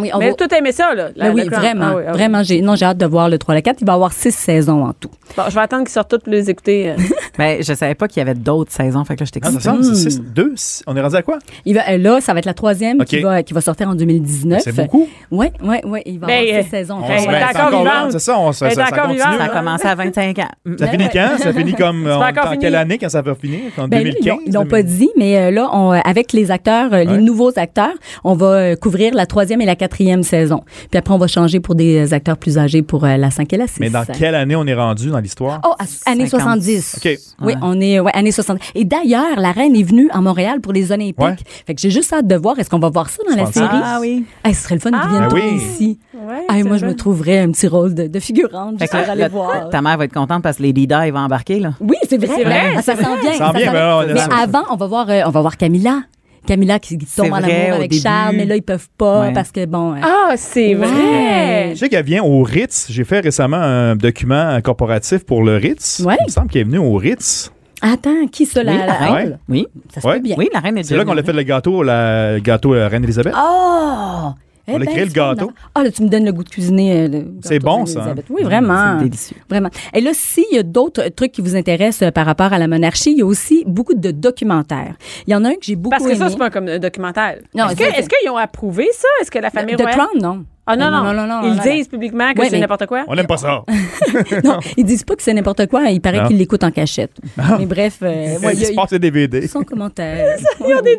S6: Oui, on
S3: Mais
S6: va-
S3: tout aimé ça, là. la-
S6: Ben oui,
S3: la Crown.
S6: vraiment,
S3: Ah oui, ah oui.
S6: vraiment. J'ai, non, j'ai hâte de voir le 3 la 4. Il va y avoir six saisons en tout.
S3: Bon, je vais attendre qu'ils sortent toutes pour les écouter. euh.
S4: Mais je savais pas qu'il y avait d'autres saisons, fait que là, je
S5: Ah, ça
S4: t'excite.
S5: semble, c'est six- deux, six- on est rendu à quoi?
S6: Il va, euh, là, ça va être la troisième qui,
S5: Ok.
S6: va, qui va sortir en 2019.
S5: C'est beaucoup.
S6: Oui, oui, oui. Il va y avoir
S3: Ben,
S6: six saisons.
S5: On
S3: Ben,
S5: se
S3: elle
S5: met-
S3: est
S5: c'est
S3: encore
S5: là,
S3: vivante.
S5: C'est ça, on se-
S3: Elle est
S5: ça, ça
S3: encore
S5: continue.
S3: vivante.
S4: Ça a
S5: là.
S4: commencé à 25 ans. Mm.
S5: Ça finit quand? Ça finit comme,
S3: pas
S5: on
S3: encore
S5: est en
S3: fini.
S5: quelle année quand ça va finir? En
S6: Ben, là,
S5: 2015?
S6: ils l'ont- ils l'ont pas dit, mais euh, là, on, euh, avec les acteurs, euh, les
S5: Ouais.
S6: nouveaux acteurs, on va euh, couvrir la troisième et la quatrième saison. Puis après, on va changer pour des acteurs plus âgés pour euh, la cinq et la six.
S5: Mais dans quelle année on est rendu dans l'histoire?
S6: Oh, à- années
S4: 50.
S6: 70.
S5: OK.
S6: Oui, on est ouais, années 70. Et d'ailleurs, la reine est venue à Montréal pour les Olympiques.
S5: Ouais.
S6: Fait que j'ai juste hâte de voir est-ce qu'on va voir ça dans la
S5: 70.
S6: série.
S4: Ah oui.
S6: Hey, ce serait le fun qu'ils
S5: Ah
S6: viennent
S5: oui.
S6: tous ici.
S3: Ouais,
S6: Ah, et
S3: c'est
S6: moi, je
S3: bon.
S6: me trouverais un petit rôle de, de figurante
S4: Fait
S6: juste
S4: que
S6: pour
S4: là,
S6: aller
S4: là,
S6: voir.
S4: ta mère va être contente parce que Lady Di va embarquer, là.
S6: Oui, c'est vrai.
S3: C'est vrai,
S6: Ah, ça sent bien.
S5: Ça sent bien, mais on a
S6: Mais
S5: ça.
S6: avant, on va voir, euh, on va voir Camilla. Camilla qui, qui tombe
S4: C'est
S6: en
S4: vrai,
S6: amour
S4: au
S6: avec
S4: début.
S6: Charles, mais là, ils peuvent pas
S4: Ouais.
S6: parce que, bon... euh,
S3: Ah, c'est
S6: Ouais.
S3: vrai.
S5: Je sais qu'elle vient au Ritz. J'ai fait récemment un document corporatif pour le Ritz.
S6: Ouais.
S5: Il me semble qu'elle est venue au Ritz.
S3: Ah.
S6: Attends, qui ça, la...
S4: Oui,
S6: la-
S4: la reine.
S5: Ah Ouais.
S4: Oui.
S6: Ça se
S5: Ouais.
S6: peut bien.
S4: Oui, la reine est
S5: C'est là qu'on a fait le gâteau, la, le gâteau euh, Reine Elisabeth.
S6: Oh! Eh
S5: On a
S6: ben,
S5: créé le
S6: c'est bon,
S5: gâteau.
S6: non? Ah, là, tu me donnes le goût de cuisiner. euh, le
S5: C'est
S6: gâteau
S5: bon,
S6: Reine
S5: ça, hein?
S6: Elisabeth. Oui, vraiment.
S4: C'est délicieux.
S6: Vraiment. Et là, s'il y a d'autres trucs qui vous intéressent euh, par rapport à la monarchie, il y a aussi beaucoup de documentaires. Il y en a un que j'ai beaucoup
S3: Parce que
S6: aimé.
S3: ça, c'est pas comme un documentaire.
S6: Non,
S3: Est-ce
S6: c'est-
S3: que- est-ce qu'ils ont approuvé ça? Est-ce que la famille
S6: The
S3: royale...
S6: Crown, non.
S3: Ah non, non,
S6: Non, non, non, non,
S3: Ils
S6: non,
S3: disent
S6: non.
S3: publiquement que
S6: Ouais,
S3: c'est
S6: mais-
S3: n'importe quoi.
S5: On n'aime pas ça.
S6: non, ils disent pas que c'est n'importe quoi. hein. Il paraît
S5: Ah.
S6: qu'ils l'écoutent en cachette. Mais bref, euh, ouais,
S5: Il
S6: il y a-
S5: se passe des DVD.
S6: sans commentaire.
S3: Ils ont des DVD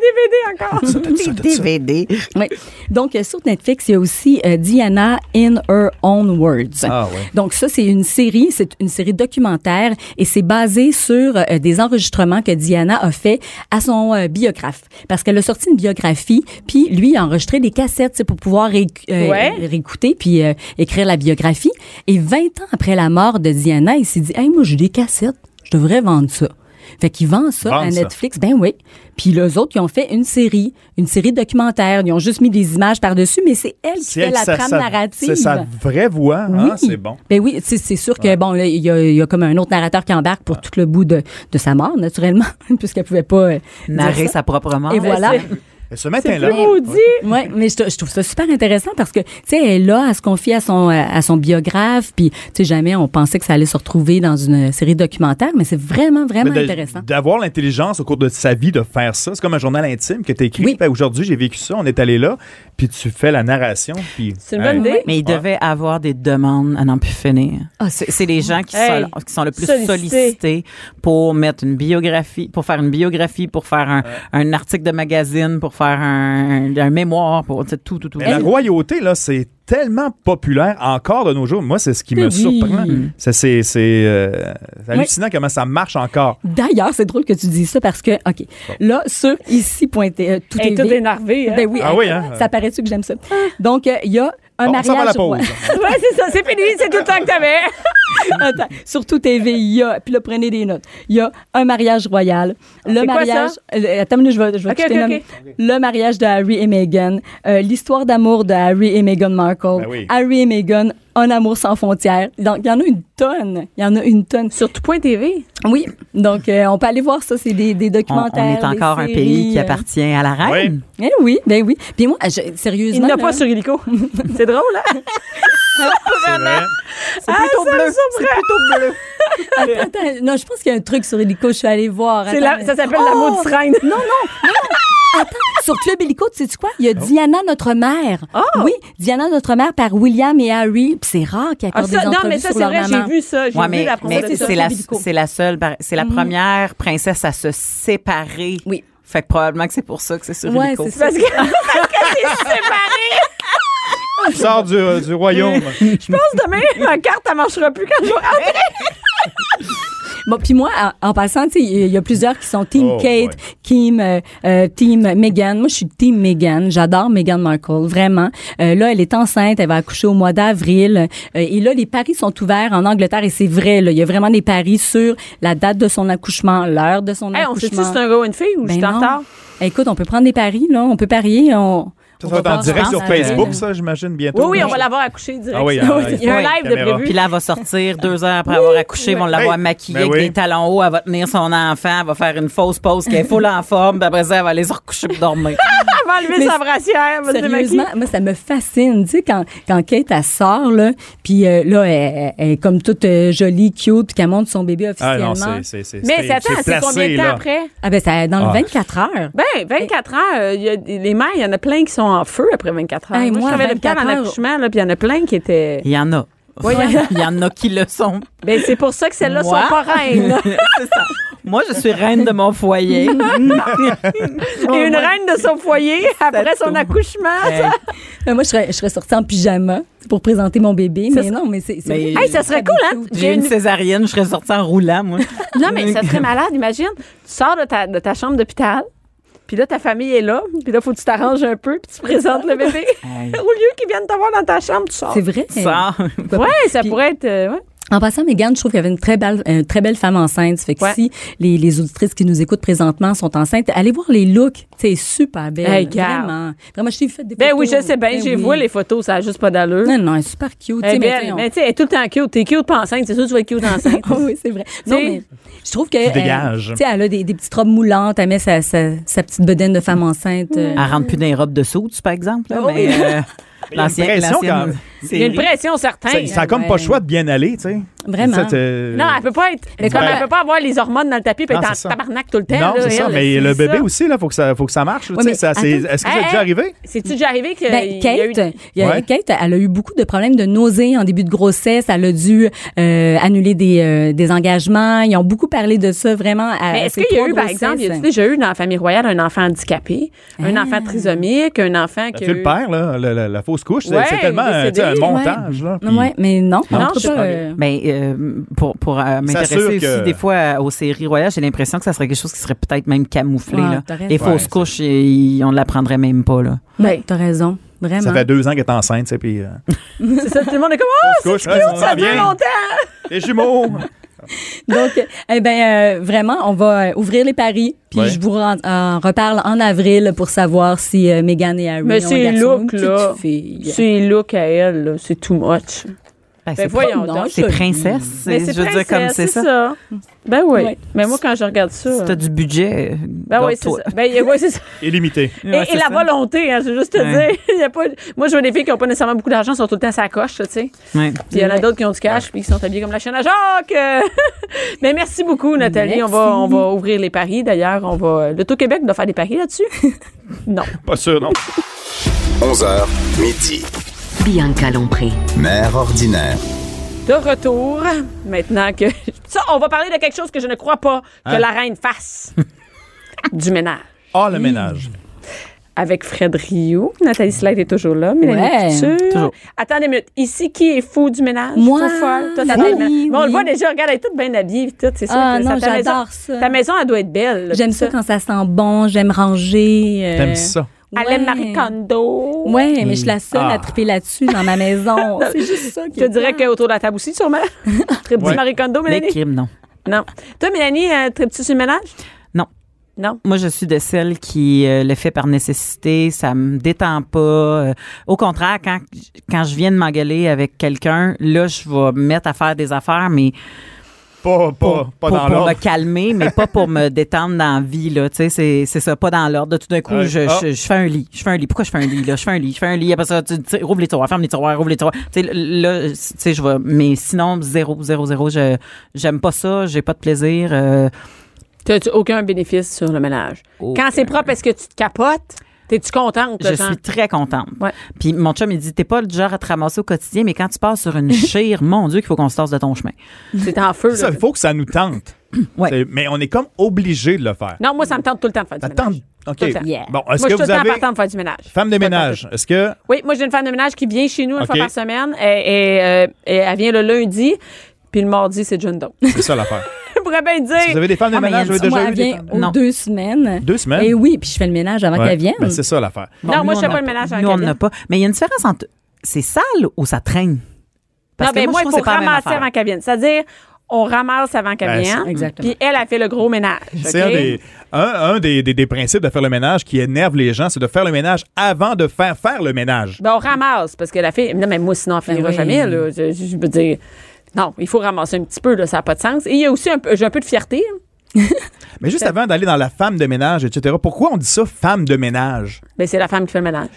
S3: encore.
S4: Des DVD.
S6: Oui. Donc, euh, sur Netflix, il y a aussi euh, Diana in Her Own Words.
S5: Ah ouais.
S6: Donc, ça, c'est une série, c'est une série documentaire et c'est basé sur euh, des enregistrements que Diana a fait à son euh, biographe. Parce qu'elle a sorti une biographie, puis lui a enregistré des cassettes tu sais, pour pouvoir ré- euh,
S3: Ouais.
S6: réécouter puis euh, écrire la biographie. Et 20 ans après la mort de Diana, il s'est dit, « Hey, moi, j'ai des cassettes, je devrais vendre ça. » Fait qu'il vend ça
S5: Vendre
S6: à
S5: ça.
S6: Netflix. Netflix, ben oui. Puis les autres, ils ont fait une série, une série documentaire. Ils ont juste mis des images par-dessus, mais c'est elle qui fait la
S5: sa-
S6: trame
S5: sa-
S6: narrative.
S5: C'est sa vraie voix, hein? c'est bon.
S6: Ben oui, tu sais, c'est sûr que bon, là, il y, a- il y a comme un autre narrateur qui embarque pour tout le bout de, de sa mort, naturellement, puisqu'elle pouvait pas euh, dire
S4: Narrer
S6: ça.
S4: sa propre mort.
S6: Et voilà.
S5: Et ce
S3: C'est
S5: matin-là,
S3: plus maudit.
S6: Ouais, mais je, je trouve ça super intéressant parce que tu sais elle est là, elle se confie à son euh, à son biographe, puis tu sais jamais on pensait que ça allait se retrouver dans une série documentaire, mais c'est vraiment vraiment
S5: Mais de-
S6: Ah, intéressant.
S5: D'avoir l'intelligence au cours de sa vie de faire ça, c'est comme un journal intime que tu écrit.
S6: Oui.
S5: Fait, Aujourd'hui, j'ai vécu ça, on est allé là, puis tu fais la narration. puis-
S3: C'est une bonne
S5: Hey.
S3: idée.
S4: Mais il devait avoir des demandes à n'en plus finir. Ah, C'est c'est les gens qui,
S3: Hey,
S4: sont, qui sont le plus
S3: sollicité.
S4: sollicités pour mettre une biographie, pour faire une biographie, pour faire un, un article de magazine, pour faire un, un mémoire, pour tu sais, tout, tout, tout.
S5: Mais la royauté, là, c'est tellement populaire encore de nos jours. Moi, c'est ce qui me
S6: Oui.
S5: surprend. Ça, C'est c'est, euh, c'est
S6: Oui.
S5: hallucinant comment ça marche encore.
S6: D'ailleurs, c'est drôle que tu dises ça parce que, OK, là, sur ici, pointé, euh, tout
S3: Elle
S6: est
S3: est toute
S6: V.
S3: énervée. hein.
S6: Ben oui,
S5: Ah
S6: euh,
S5: oui, hein?
S6: ça paraît-tu que j'aime ça?
S3: Ah.
S6: Donc, euh, il y a un
S5: Bon, on s'en va à la
S6: mariage roi.
S5: pause.
S3: Ouais, c'est ça. C'est fini. C'est tout le temps que t'avais.
S6: Attends, sur tout TV, il y a, puis là, prenez des notes, il y a un mariage royal, le
S3: C'est quoi
S6: mariage... euh, attends une minute, je vais, je vais
S3: Ok,
S6: tout
S3: ok,
S6: les nommer. Le mariage de Harry et Meghan, euh, l'histoire d'amour de Harry et Meghan Markle,
S5: Ben oui.
S6: Harry et Meghan, un amour sans frontières. Donc, il y en a une tonne, il y en a une tonne.
S3: Sur tout point TV.
S6: Oui, donc euh, on peut aller voir ça, c'est des, des
S4: On, on
S6: documentaires,
S4: est
S6: des
S4: encore un
S6: séries,
S4: pays qui
S6: euh,
S4: appartient à la reine.
S6: Eh oui, ben oui. Puis moi, je-
S3: Il
S6: sérieusement.
S3: n'a
S6: là,
S3: pas sur Illico. C'est drôle, hein?
S5: C'est vrai.
S4: C'est
S3: Ah,
S4: plutôt bleu. C'est plutôt bleu.
S6: Attends, attends, non, je pense qu'il y a un truc sur Hélico, je suis allée voir.
S3: C'est
S6: Attends,
S3: la-
S6: mais-
S3: ça s'appelle
S6: Oh!
S3: la maudite reine.
S6: Non, non, non, non. Attends, sur Club Hélico, tu sais quoi? Il y a Diana, notre mère.
S3: Oh!
S6: Oui, Diana, notre mère par William et Harry. Puis c'est rare qu'il y ait
S3: Ah,
S6: des
S3: ça,
S6: entrevues
S3: non, mais ça,
S6: sur
S3: c'est
S6: leur
S3: vrai. J'ai
S6: maman.
S3: vu ça. J'ai
S4: Ouais,
S3: vu
S4: mais,
S3: la promo
S4: mais
S3: de ça.
S4: c'est la,
S6: Bibico.
S4: c'est la seule, par- c'est la première princesse à se séparer.
S6: Oui.
S4: Fait que probablement que c'est pour ça que c'est sur
S6: Ouais,
S4: Illico.
S6: c'est ça.
S3: Parce que, parce que c'est séparé.
S5: Tu sors du, euh, du royaume.
S3: Je pense demain, ma carte, elle marchera plus quand je vais rentrer.
S6: Bon, puis moi, en, en passant, tu sais, il y a plusieurs qui sont Team
S5: Oh,
S6: Kate,
S5: ouais.
S6: Team, euh, euh, team Meghan. Moi, je suis Team Meghan. J'adore Meghan Markle, vraiment. Euh, là, elle est enceinte, elle va accoucher au mois d'avril. Euh, et là, les paris sont ouverts en Angleterre et c'est vrai. Là, il y a vraiment des paris sur la date de son accouchement, l'heure de son
S3: Hey, on sait-tu si
S6: accouchement.
S3: c'est un gars ou une fille ou je
S6: Ben
S3: suis en
S6: non.
S3: retard?
S6: Écoute, on peut prendre des paris, là. On peut parier. On,
S5: Ça
S6: on
S5: va être en
S6: voir
S5: direct
S6: ça.
S5: sur Facebook, ça, j'imagine, bientôt.
S3: euh, Oui, oui, on va l'avoir accouché direct.
S5: Ah oui,
S3: il y a un
S5: ah,
S3: live
S4: oui.
S3: de
S5: Caméra.
S4: Puis
S3: prévu.
S4: là, elle va sortir deux heures après avoir accouché, ils vont l'avoir
S5: Hey,
S4: maquillée
S5: ben
S4: avec
S5: oui.
S4: des talons hauts, elle va tenir son enfant, elle va faire une fausse pause qu'elle est full en forme, puis après ça, elle va aller se recoucher pour dormir.
S3: Avant enlever
S6: Mais
S3: sa brassière, va se
S6: Sérieusement,
S3: démaquiller.
S6: moi, ça me fascine. Tu sais, quand, quand Kate, elle sort, là, puis euh, là, elle, elle- elle est comme toute euh, jolie, cute, puis qu'elle monte son bébé
S5: Ah non,
S6: officiellement.
S5: c'est- c'est. c'est-
S3: Mais c'est- attends, c'est
S5: placé,
S3: combien de temps
S5: là.
S3: après?
S6: ah ben, ça, dans
S5: Ah.
S6: le 24 heures.
S3: Ben, 24 heures, euh, il y a, des- les mères, il y en a plein qui sont en feu après 24 heures.
S6: Hey,
S3: moi,
S6: moi,
S3: je travaillais à l'hôpital
S6: 24
S3: en
S6: heures.
S3: accouchement, là, puis il y en a plein qui étaient...
S4: Il y en a.
S3: Oui, il y en a.
S4: Il y en a qui le sont.
S3: Ben, c'est pour ça que celles-là sont
S4: Moi?
S3: pas reines. là.
S4: C'est ça. Moi, je suis reine de mon foyer.
S3: Et une reine de son foyer après son
S4: tout.
S3: accouchement.
S4: Hey,
S6: Ben, moi, je serais, je serais sortie en pyjama pour présenter mon bébé, mais non, mais c'est... c'est
S4: Mais-
S6: vrai.
S3: Hey, ça serait cool, hein?
S4: J'ai une césarienne, je serais sortie en roulant, moi.
S3: Non, mais ça serait malade, imagine. Tu sors de ta, de ta chambre d'hôpital, puis là, ta famille est là, puis là, faut que tu t'arranges un peu, puis tu présentes le bébé.
S4: Hey.
S3: Au lieu qu'ils viennent te voir dans ta chambre, tu sors.
S6: C'est vrai.
S4: Ça.
S3: Ouais, ça
S6: Puis-
S3: pourrait être... euh, ouais.
S6: En passant, Mégane, je trouve qu'il y avait une très belle, une très belle femme enceinte. Fait que
S3: Ouais.
S6: si les, les auditrices qui nous écoutent présentement sont enceintes, allez voir les looks. C'est super belle.
S3: Hey, garde.
S6: vraiment. Vraiment, je t'ai fait des
S3: Ben oui,
S6: photos.
S3: je sais bien, j'ai
S6: oui.
S3: vu les photos, ça a juste pas d'allure.
S6: Non, non, elle est super cute.
S3: Elle est
S6: tu sais, mais tu
S3: belle,
S6: sais, on-
S3: mais tu sais, elle est tout le temps cute. T'es cute pas enceinte, c'est sûr que tu vas être cute enceinte.
S6: Ah oui, c'est vrai. Non, mais je trouve que. euh,
S5: dégages.
S6: Tu sais, elle a des, des petites robes moulantes, elle met sa, sa, sa petite bedaine de femme enceinte. euh.
S3: Ah.
S4: Elle rentre plus dans les robes de soude, par exemple. là,
S6: Oh,
S4: mais, euh,
S5: J'ai l'impression
S4: l'ancienne-
S5: quand-
S4: l'ancienne-
S3: Il y a une pression certaine.
S5: Ça a comme pas le choix de bien aller, tu sais. euh,
S6: Vraiment.
S5: Ça te-
S3: Non, elle peut pas être.
S6: Mais
S3: comme
S6: ben-
S3: elle peut pas avoir les hormones dans le tapis et
S5: Non,
S3: être en
S5: c'est ça.
S3: tabarnak tout le temps.
S5: Non,
S3: là,
S5: c'est ça,
S3: elle,
S5: mais
S3: c'est
S5: le bébé
S3: ça.
S5: aussi, là, faut que ça, faut que ça marche. là,
S6: Ouais,
S5: tu
S6: mais
S5: sais, ça, c'est- Est-ce
S6: attends.
S5: que ça a
S3: Hey,
S5: déjà arrivé?
S3: C'est-tu déjà arrivé que.
S6: Ben,
S3: il y a eu-
S6: Kate, il y a-
S5: Ouais.
S6: Kate, elle a eu beaucoup de problèmes de nausées en début de grossesse. Elle a dû euh, annuler des, euh, des engagements. Ils ont beaucoup parlé de ça vraiment.
S4: Euh,
S6: À,
S3: Mais est-ce
S6: ces
S3: qu'il y a
S6: trois
S3: eu, par
S6: grossesses.
S3: exemple, y a
S4: hein.
S3: déjà eu dans la famille royale un enfant handicapé, un enfant trisomique, un
S4: Ben,
S3: enfant qui.
S5: Tu
S3: a eu-
S5: le perds, là, la, la- la fausse couche, c'est-
S3: Ouais,
S5: c'est tellement
S3: décédé,
S5: euh, tu sais, un
S3: ouais.
S5: montage. Là, puis-
S6: Ouais, mais non,
S3: Non,
S6: en tout
S3: je-
S6: cas, euh,
S4: Mais euh, pour, pour euh,
S5: s'assure
S4: m'intéresser aussi
S5: que-
S4: des fois euh, aux séries royales, j'ai l'impression que ça serait quelque chose qui serait peut-être même camouflé.
S6: Ouais,
S4: là.
S6: t'as raison.
S4: Les fausses
S5: Ouais,
S4: couches, ils- on ne l'apprendrait même pas. Là.
S3: Ben,
S6: t'as raison, vraiment.
S5: Ça fait deux ans qu'elle est enceinte, tu sais, puis. euh,
S3: Ah, c'est ça, tout le monde est comme. Oh,
S5: fausse couche, ouais,
S3: ça
S5: va
S3: dure
S5: bien.
S3: longtemps!
S5: Les jumeaux! euh,
S6: Donc, euh, eh ben, euh, vraiment, on va euh, ouvrir les paris, puis
S5: Ouais.
S6: je vous ren- en reparle en avril pour savoir si euh, Meghan et Harry
S3: Mais
S6: ont un
S3: ces
S6: garçon ou une
S3: looks,
S6: petite
S3: là,
S6: fille.
S3: C'est look à elle, là, c'est too much.
S4: Ben, c'est
S3: voyons
S4: pas-
S3: donc.
S4: C'est princesse.
S3: Mais
S4: je veux dire,
S3: princesse,
S4: comme c'est ça.
S3: Ben oui.
S6: Ouais.
S3: Mais moi, quand je regarde ça.
S4: Si tu as du budget,
S3: Ben oui, c'est ça.
S4: garde-toi.
S3: Ben, y- ouais, c'est ça.
S5: Illimité.
S3: Et,
S4: Ouais,
S3: et
S4: c'est
S3: la
S4: ça.
S3: volonté, hein, je veux juste te
S4: Ouais.
S3: dire. Y a pas, moi, je vois des filles qui n'ont pas nécessairement beaucoup d'argent, sont tout le temps sa coche, tu sais.
S4: Ouais.
S3: Puis euh, il y en a d'autres qui ont du cash puis qui sont habillés comme la chaîne à Jacques. Euh, Mais merci beaucoup, Nathalie. On, va, on
S6: Merci.
S3: va ouvrir les paris. D'ailleurs, on va. L'Auto-Québec doit faire des paris là-dessus? non.
S5: Pas sûr, non.
S2: 11h, midi.
S1: Bianca Lompré.
S2: Mère ordinaire.
S3: De retour, maintenant que. Ça, on va parler de quelque chose que je ne crois pas que
S6: Hein?
S3: la reine fasse du ménage.
S5: Ah, le ménage.
S3: Avec Fred Rioux. Nathalie Slade est toujours là. Mélanie
S6: Ouais,
S3: Couture.
S4: toujours.
S3: Attendez une minute. Ici, qui est fou du ménage?
S6: Moi.
S3: Faux folle. Toi,
S6: Oui,
S3: ta belle mère.
S6: oui.
S3: Bon, on le voit déjà. Regarde, elle est toute bien habillée. puis Tout, c'est sûr
S6: Ah
S3: que
S6: non,
S3: ça, ta maison-
S6: j'adore ça.
S3: Ta maison, elle doit être belle. là,
S6: J'aime
S3: tout
S6: ça quand ça sent bon, j'aime ranger. euh,
S5: T'aimes ça?
S3: Elle aime Marie Kondo.
S6: Ouais, mais je suis la seule
S5: Ah.
S6: à triper là-dessus dans ma maison. C'est juste ça.
S3: Je te dirais qu'autour de la table aussi, sûrement. Trip-tu
S5: Ouais.
S3: Marie Kondo,
S4: Mais
S3: Mélanie?
S4: crime, non.
S3: Non. Toi, Mélanie, euh, tripes-tu sur le ménage?
S4: Non.
S3: Non.
S4: Moi, je suis de celle qui euh, le fait par nécessité. Ça me détend pas. Euh, au contraire, quand, quand je viens de m'engueuler avec quelqu'un, là, je vais me mettre à faire des affaires, mais
S5: Pas, pas, pas
S4: pour,
S5: dans
S4: pour me
S5: l'ordre.
S4: calmer, mais pas pour me détendre dans la vie. Là, tu sais, c'est, c'est ça, pas dans l'ordre. Tout d'un coup,
S5: Ouais.
S4: je,
S5: Ah.
S4: je, je fais un lit. Je fais un lit. Pourquoi je fais un lit? Là? Je fais un lit. Je fais un lit. Après ça, tu tu sais, rouvre les tiroirs, ferme les tiroirs, rouvre les tiroirs. Tu sais, là, tu sais, je vais. Mais sinon, zéro, zéro, zéro. Je, j'aime pas ça. J'ai pas de plaisir. euh,
S3: T'as-tu aucun bénéfice sur le ménage?
S4: Aucun.
S3: Quand c'est propre, est-ce que tu te capotes? T'es-tu contente?
S4: Je
S3: genre?
S4: suis très contente.
S3: Ouais.
S4: Puis mon chum, il dit T'es pas le genre à te ramasser au quotidien, mais quand tu passes sur une chire, mon Dieu, qu'il faut qu'on se tasse de ton chemin.
S3: C'est en feu.
S5: Ça,
S3: Là.
S5: Il faut que ça nous tente.
S4: Ouais.
S5: C'est- Mais on est comme obligé de le faire.
S3: Non, moi, ça me tente tout le temps de faire du
S5: Ça tente.
S3: ménage.
S5: OK.
S3: Tout le temps.
S6: Yeah.
S5: Bon,
S3: Moi,
S5: est-ce que
S3: je suis tout
S5: vous
S3: le temps
S5: avez.
S3: partant de faire du ménage.
S5: Femme de
S3: Tout le temps,
S5: ménage, est-ce que.
S3: Oui, moi, j'ai une femme de ménage qui vient chez nous une
S5: OK.
S3: fois par semaine et, et, euh, et elle vient le lundi, puis le mardi, c'est John Doe.
S5: C'est ça l'affaire.
S3: Je pourrais bien dire.
S5: Si vous avez des femmes de
S4: Ah, mais il y a
S5: ménage, vous avez
S6: Moi,
S5: déjà eu
S6: elle
S5: des
S6: vient
S5: femmes.
S6: aux
S4: Non.
S6: deux semaines.
S5: Deux semaines?
S6: Et oui, puis je fais le ménage avant
S5: Ouais.
S6: qu'elle vienne.
S5: Ben, c'est ça l'affaire.
S3: Non, moi,
S4: nous,
S3: je
S4: on
S3: fais
S4: n'a
S3: pas le ménage en
S4: Nous, on
S3: cabine.
S4: n'a pas. Mais il y a une différence entre c'est sale ou ça traîne. Parce
S3: non, ben
S4: que
S3: moi,
S4: moi, je
S3: il
S4: trouve
S3: faut
S4: que c'est pas la même
S3: ramasser
S4: affaire.
S3: avant qu'elle vienne. C'est-à-dire, on ramasse avant qu'elle
S5: Ben,
S3: vienne.
S5: c'est-
S6: Exactement.
S3: Puis elle a fait le gros ménage.
S5: C'est
S3: OK?
S5: un, des, un, un des, des- des principes de faire le ménage qui énerve les gens, c'est de faire le ménage avant de faire faire le ménage.
S3: Ben, on ramasse parce que la fille. Non, mais moi, sinon, on
S4: Ben
S3: finira
S6: oui.
S3: jamais. Là. Je, je- je veux dire. Non, il faut ramasser un petit peu, là, ça n'a pas de sens. Et il y a aussi un peu, j'ai un peu de fierté. hein.
S5: Mais juste avant d'aller dans la femme de ménage, etc., pourquoi on dit ça, femme de ménage?
S3: Ben, c'est la femme qui fait le ménage.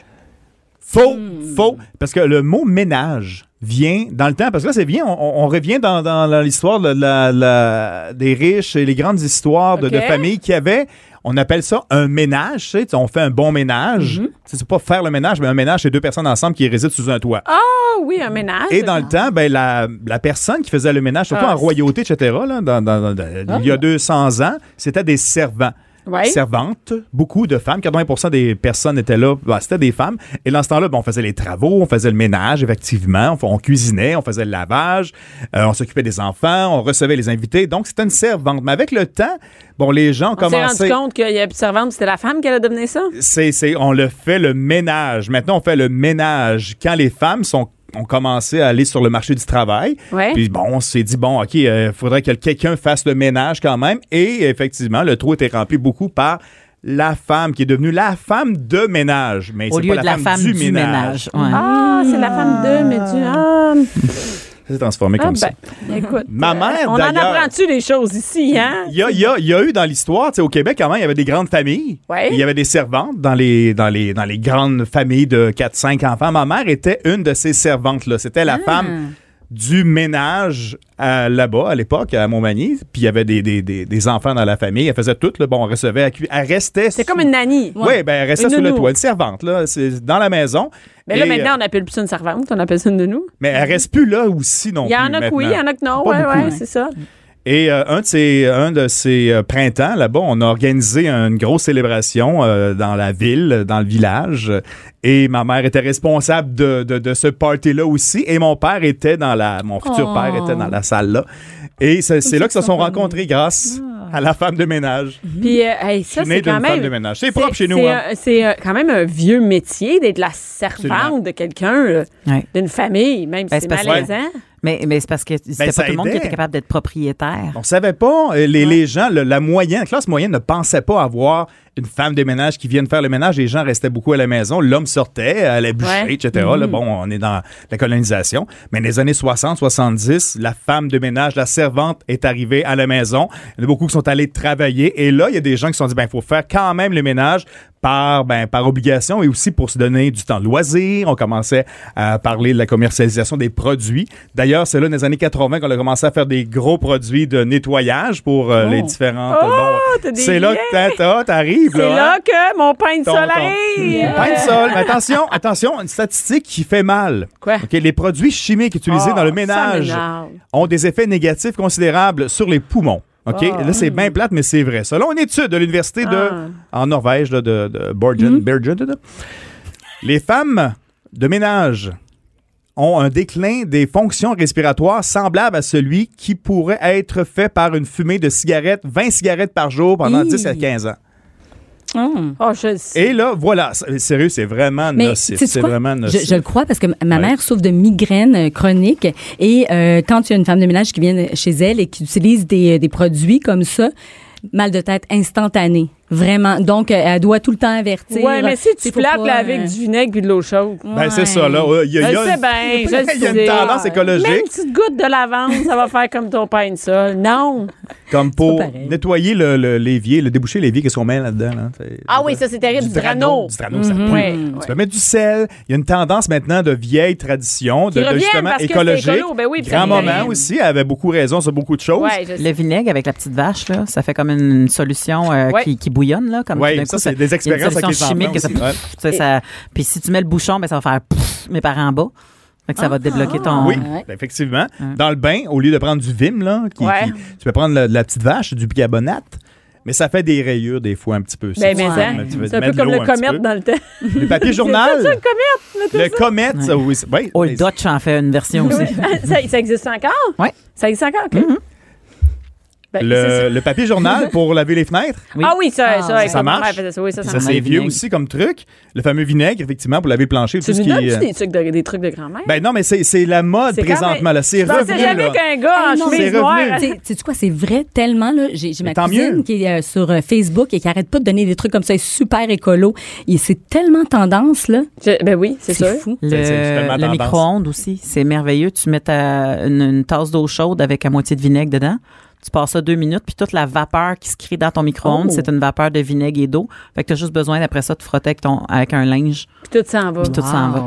S5: Faux, faux. Parce que le mot ménage vient dans le temps, parce que là, c'est bien, on, on revient dans, dans la- l'histoire de la- la- des riches et les grandes histoires de, de
S3: Ok.
S5: familles qui avaient. On appelle ça un ménage, tu sais, on fait un bon ménage. Tu sais, C'est pas faire le ménage, mais un ménage, c'est deux personnes ensemble qui résident sous un toit.
S3: Ah oui, un ménage.
S5: Et dans le temps, ben, la, la personne qui faisait le ménage, surtout
S3: Ah,
S5: en royauté, etc., là, dans- dans- dans- il y a 200 ans, c'était des servants.
S3: Ouais.
S5: Servantes, beaucoup de femmes, 80 des personnes étaient là, ben, c'était des femmes. Et dans ce temps-là, ben, on faisait les travaux, on faisait le ménage, effectivement, on, on cuisinait, on faisait le lavage, euh, on s'occupait des enfants, on recevait les invités. Donc, c'était une servante. Mais avec le temps, bon, les gens ont
S3: On s'est
S5: commencé
S3: rendu compte qu'il y a une servante, c'était la femme qui allait devenir ça.
S5: c'est, c'est- on le fait le ménage. Maintenant, on fait le ménage quand les femmes sont ont commencé à aller sur le marché du travail.
S3: Ouais.
S5: Puis bon, on s'est dit, bon, OK, il faudrait que quelqu'un fasse le ménage quand même. Et effectivement, le trou était rempli beaucoup par la femme qui est devenue la femme de ménage. Mais
S4: Au
S5: c'est
S4: lieu
S5: pas
S4: de la femme du ménage. Ouais.
S3: Ah, c'est la femme de, mais du. Ah.
S5: Ça s'est transformé
S3: Ah
S5: comme ça.
S3: ben, écoute.
S5: Ma
S3: euh,
S5: mère,
S3: On en
S5: d'ailleurs-
S3: apprend-tu des choses ici, hein?
S5: Il y a, il y a- il y a eu dans l'histoire, tu sais, au Québec, avant, il y avait des grandes familles.
S3: Ouais.
S5: Il y avait des servantes dans les, dans les, dans les grandes familles de 4-5 enfants. Ma mère était une de ces servantes-là. C'était
S3: Ah.
S5: la femme du ménage à- là-bas, à l'époque, à Montmagny. Puis il y avait des, des, des, des enfants dans la famille. Elle faisait tout. Là, bon, on recevait. Elle, cu- elle restait.
S3: C'est comme une nanny.
S5: Oui, ben, elle restait
S3: Une
S5: sous le
S3: nounou.
S5: toit. Une servante, là. C'est dans la maison.
S3: Mais là,
S5: Et,
S3: maintenant,
S5: euh,
S3: on appelle plus ça une servante, on appelle ça une de nous.
S5: Mais elle reste plus là aussi non
S3: Il y
S5: plus.
S3: en a que oui, il y en a que non.
S5: Pas
S3: Ouais,
S5: beaucoup.
S3: ouais, c'est ça.
S5: Et euh, un, de ces, un de ces euh, printemps, là-bas, on a organisé une grosse célébration euh, dans la ville, dans le village. Et ma mère était responsable de, de, de ce party-là aussi. Et mon père était dans la... Mon futur
S6: Oh.
S5: père était dans la salle-là. Et c'est c'est là que se sont rencontrés grâce à la femme de ménage.
S3: Puis, euh, hey, ça,
S5: Je suis né
S3: c'est quand
S5: d'une femme de
S3: même.
S5: ménage. C'est propre chez nous.
S3: c'est
S5: hein.
S3: un- C'est euh, quand même un vieux métier d'être la servante
S5: Absolument.
S3: de quelqu'un, euh,
S4: Ouais.
S3: d'une famille, même si
S4: Ben,
S3: c'est
S4: c'est parce que-
S3: malaisant.
S4: Mais, mais c'est parce que c'était
S5: Ben, ça
S4: pas tout le monde qui
S5: aidait.
S4: était capable d'être propriétaire.
S5: On savait pas, euh, les, les gens, le- la moyenne, la classe moyenne ne pensait pas avoir une femme de ménage qui vienne faire le ménage. Les gens restaient beaucoup à la maison. L'homme sortait, allait bûcher,
S3: Ouais.
S5: etc.
S3: Mm-hmm.
S5: Là, bon, on est dans la colonisation. Mais dans les années 60, 70, la femme de ménage, la servante est arrivée à la maison. Il y en a beaucoup qui sont allés travailler. Et là, il y a des gens qui se sont dit, ben, il faut faire quand même le ménage par, ben, par obligation et aussi pour se donner du temps de loisir. On commençait à parler de la commercialisation des produits. D'ailleurs, c'est là, dans les années 80, qu'on a commencé à faire des gros produits de nettoyage pour euh, les différentes.
S3: Oh, t'as des
S5: c'est là
S3: liens.
S5: que t'a- t'a- t'arrives.
S3: C'est
S5: là, hein?
S3: là que mon pain de euh,
S5: Ton-
S3: sol
S5: ton-
S3: arrive.
S5: Pain de sol. Mais attention, attention, une statistique qui fait mal.
S3: Quoi?
S5: OK, les produits chimiques utilisés
S3: Oh,
S5: dans le
S3: ça
S5: ménage
S3: m'énerve.
S5: ont des effets négatifs considérables sur les poumons. OK?
S3: Oh.
S5: Là, c'est bien plate, mais c'est vrai. Selon une étude de l'université de,
S3: Ah.
S5: en Norvège, là, de, de Bergen,
S3: Mm-hmm.
S5: Bergen, là, les femmes de ménage ont un déclin des fonctions respiratoires semblable à celui qui pourrait être fait par une fumée de cigarettes, 20 cigarettes par jour pendant
S6: Hi.
S5: 10 à 15 ans.
S6: Hum.
S3: Oh, je le sais.
S5: Et là, voilà, c- sérieux, c'est vraiment
S6: Mais
S5: nocif.
S6: sais-tu
S5: C'est
S6: quoi?
S5: vraiment
S6: je,
S5: nocif.
S6: je le crois parce que ma- ma
S5: Ouais.
S6: mère souffre de migraines euh, chroniques et euh, quand il y a une femme de ménage qui vient euh, chez elle et qui utilise des, des produits comme ça, mal de tête instantané, vraiment. Donc euh, elle doit tout le temps avertir.
S3: Ouais, mais si
S6: C'est
S3: tu
S6: faut
S3: plates
S6: pas,
S3: là, avec
S6: euh,
S3: du vinaigre puis de l'eau chaude.
S5: Ben, c'est ça, là. Il y a,
S3: Je
S5: il y
S3: le
S5: a-
S3: sais bien, je le
S5: il y a
S3: sais.
S5: une tendance écologique
S3: Même une petite goutte de lavande, ça va faire comme ton pain de sol. Non.
S5: comme pour
S6: pas pareil.
S5: nettoyer le- le- l'évier, le, déboucher l'évier, qu'est-ce qu'on met là-dedans? là? C'est-
S3: Ah oui, ça, c'est terrible. Du drano. Mhm.
S5: Du drano, ça pue.
S3: Ouais,
S5: Tu
S3: ouais.
S5: peux mettre du sel. Il y a une tendance maintenant de vieilles traditions, de,
S3: Qui
S5: de
S3: reviennent
S5: justement
S3: parce que c'est
S5: écologique.
S3: écolo, ben oui, puis ça
S5: Grand moment
S3: revient.
S5: aussi, elle avait beaucoup raison sur beaucoup de choses.
S3: Ouais, je sais.
S4: Le vinaigre avec la petite vache, là, ça fait comme une solution euh,
S3: Ouais.
S4: qui, qui bouillonne. Là, comme
S5: Ouais,
S4: tout d'un
S5: ça,
S4: coup,
S5: c'est des
S4: il y a une
S5: expériences avec
S4: solution
S5: les
S4: chimique.
S5: enfants
S4: que ça-
S5: aussi, ouais.
S4: tu sais, ça- puis si tu mets le bouchon, ben, ça va faire pfff, mes parents en bas. Fait que ça va te débloquer ton.
S5: Oui, ben, effectivement. Dans le bain, au lieu de prendre du vim, là, qui-
S3: Ouais.
S5: qui- tu peux prendre la, la petite vache, du bicarbonate, mais ça fait des rayures des fois un petit peu.
S3: Ben, mais
S5: ça,
S3: ça,
S5: tu veux
S3: c'est un peu
S5: mettre
S3: comme
S5: l'eau
S3: le
S5: petit
S3: comète
S5: peu.
S3: dans le temps.
S5: Le papier journal.
S3: C'est ça, le comète. mettez
S5: Le comet, ça, oui. c'est- oui,
S4: Old
S5: mais-
S4: Dutch en fait une version aussi.
S3: ça. ça. ça existe encore?
S4: Ouais.
S3: Ça existe encore, OK. Ben, c'est
S5: Mm-hmm. le,
S3: ça.
S5: le papier journal pour laver les fenêtres.
S4: Oui.
S3: Ah oui, ça, ça,
S5: Ça
S3: mon
S5: marche?
S3: père faisait ça, oui, ça, ça
S5: Ça,
S3: marche.
S5: c'est vieux
S4: vinaigre.
S5: aussi comme truc. Le fameux vinaigre, effectivement, pour laver le plancher.
S3: Tu
S5: tout ce
S3: nous
S5: qui,
S3: donnes-tu
S5: euh,
S3: des trucs de, des trucs de grand-mère?
S5: Ben non, mais c'est c'est la mode
S3: C'est quand
S5: présentement.
S3: même-
S5: là. C'est
S3: Je pensais
S5: revenu.
S3: jamais
S5: là.
S3: qu'un gars en
S6: Ah non,
S3: chemise
S5: c'est
S3: noire...
S5: revenu.
S6: Tu sais quoi, c'est vrai tellement là. J'ai j'ai ma
S5: Mais tant
S6: cousine
S5: mieux.
S6: qui est euh, sur euh, Facebook et qui arrête pas de donner des trucs comme ça, elle est super écolo. Et c'est tellement tendance là,
S3: Je- Ben oui, c'est sûr.
S6: c'est fou.
S5: C'est- c'est justement
S4: Le, le
S5: tendance.
S4: micro-ondes aussi, c'est merveilleux. Tu mets ta- une, une tasse d'eau chaude avec à moitié de vinaigre dedans. Tu passes ça deux minutes, puis toute la vapeur qui se crée dans ton micro-ondes,
S6: Oh.
S4: c'est une vapeur de vinaigre et d'eau. Fait que t'as juste besoin d'après ça de frotter avec, ton, avec un linge.
S3: Puis tout s'en va.
S4: Tout s'en va.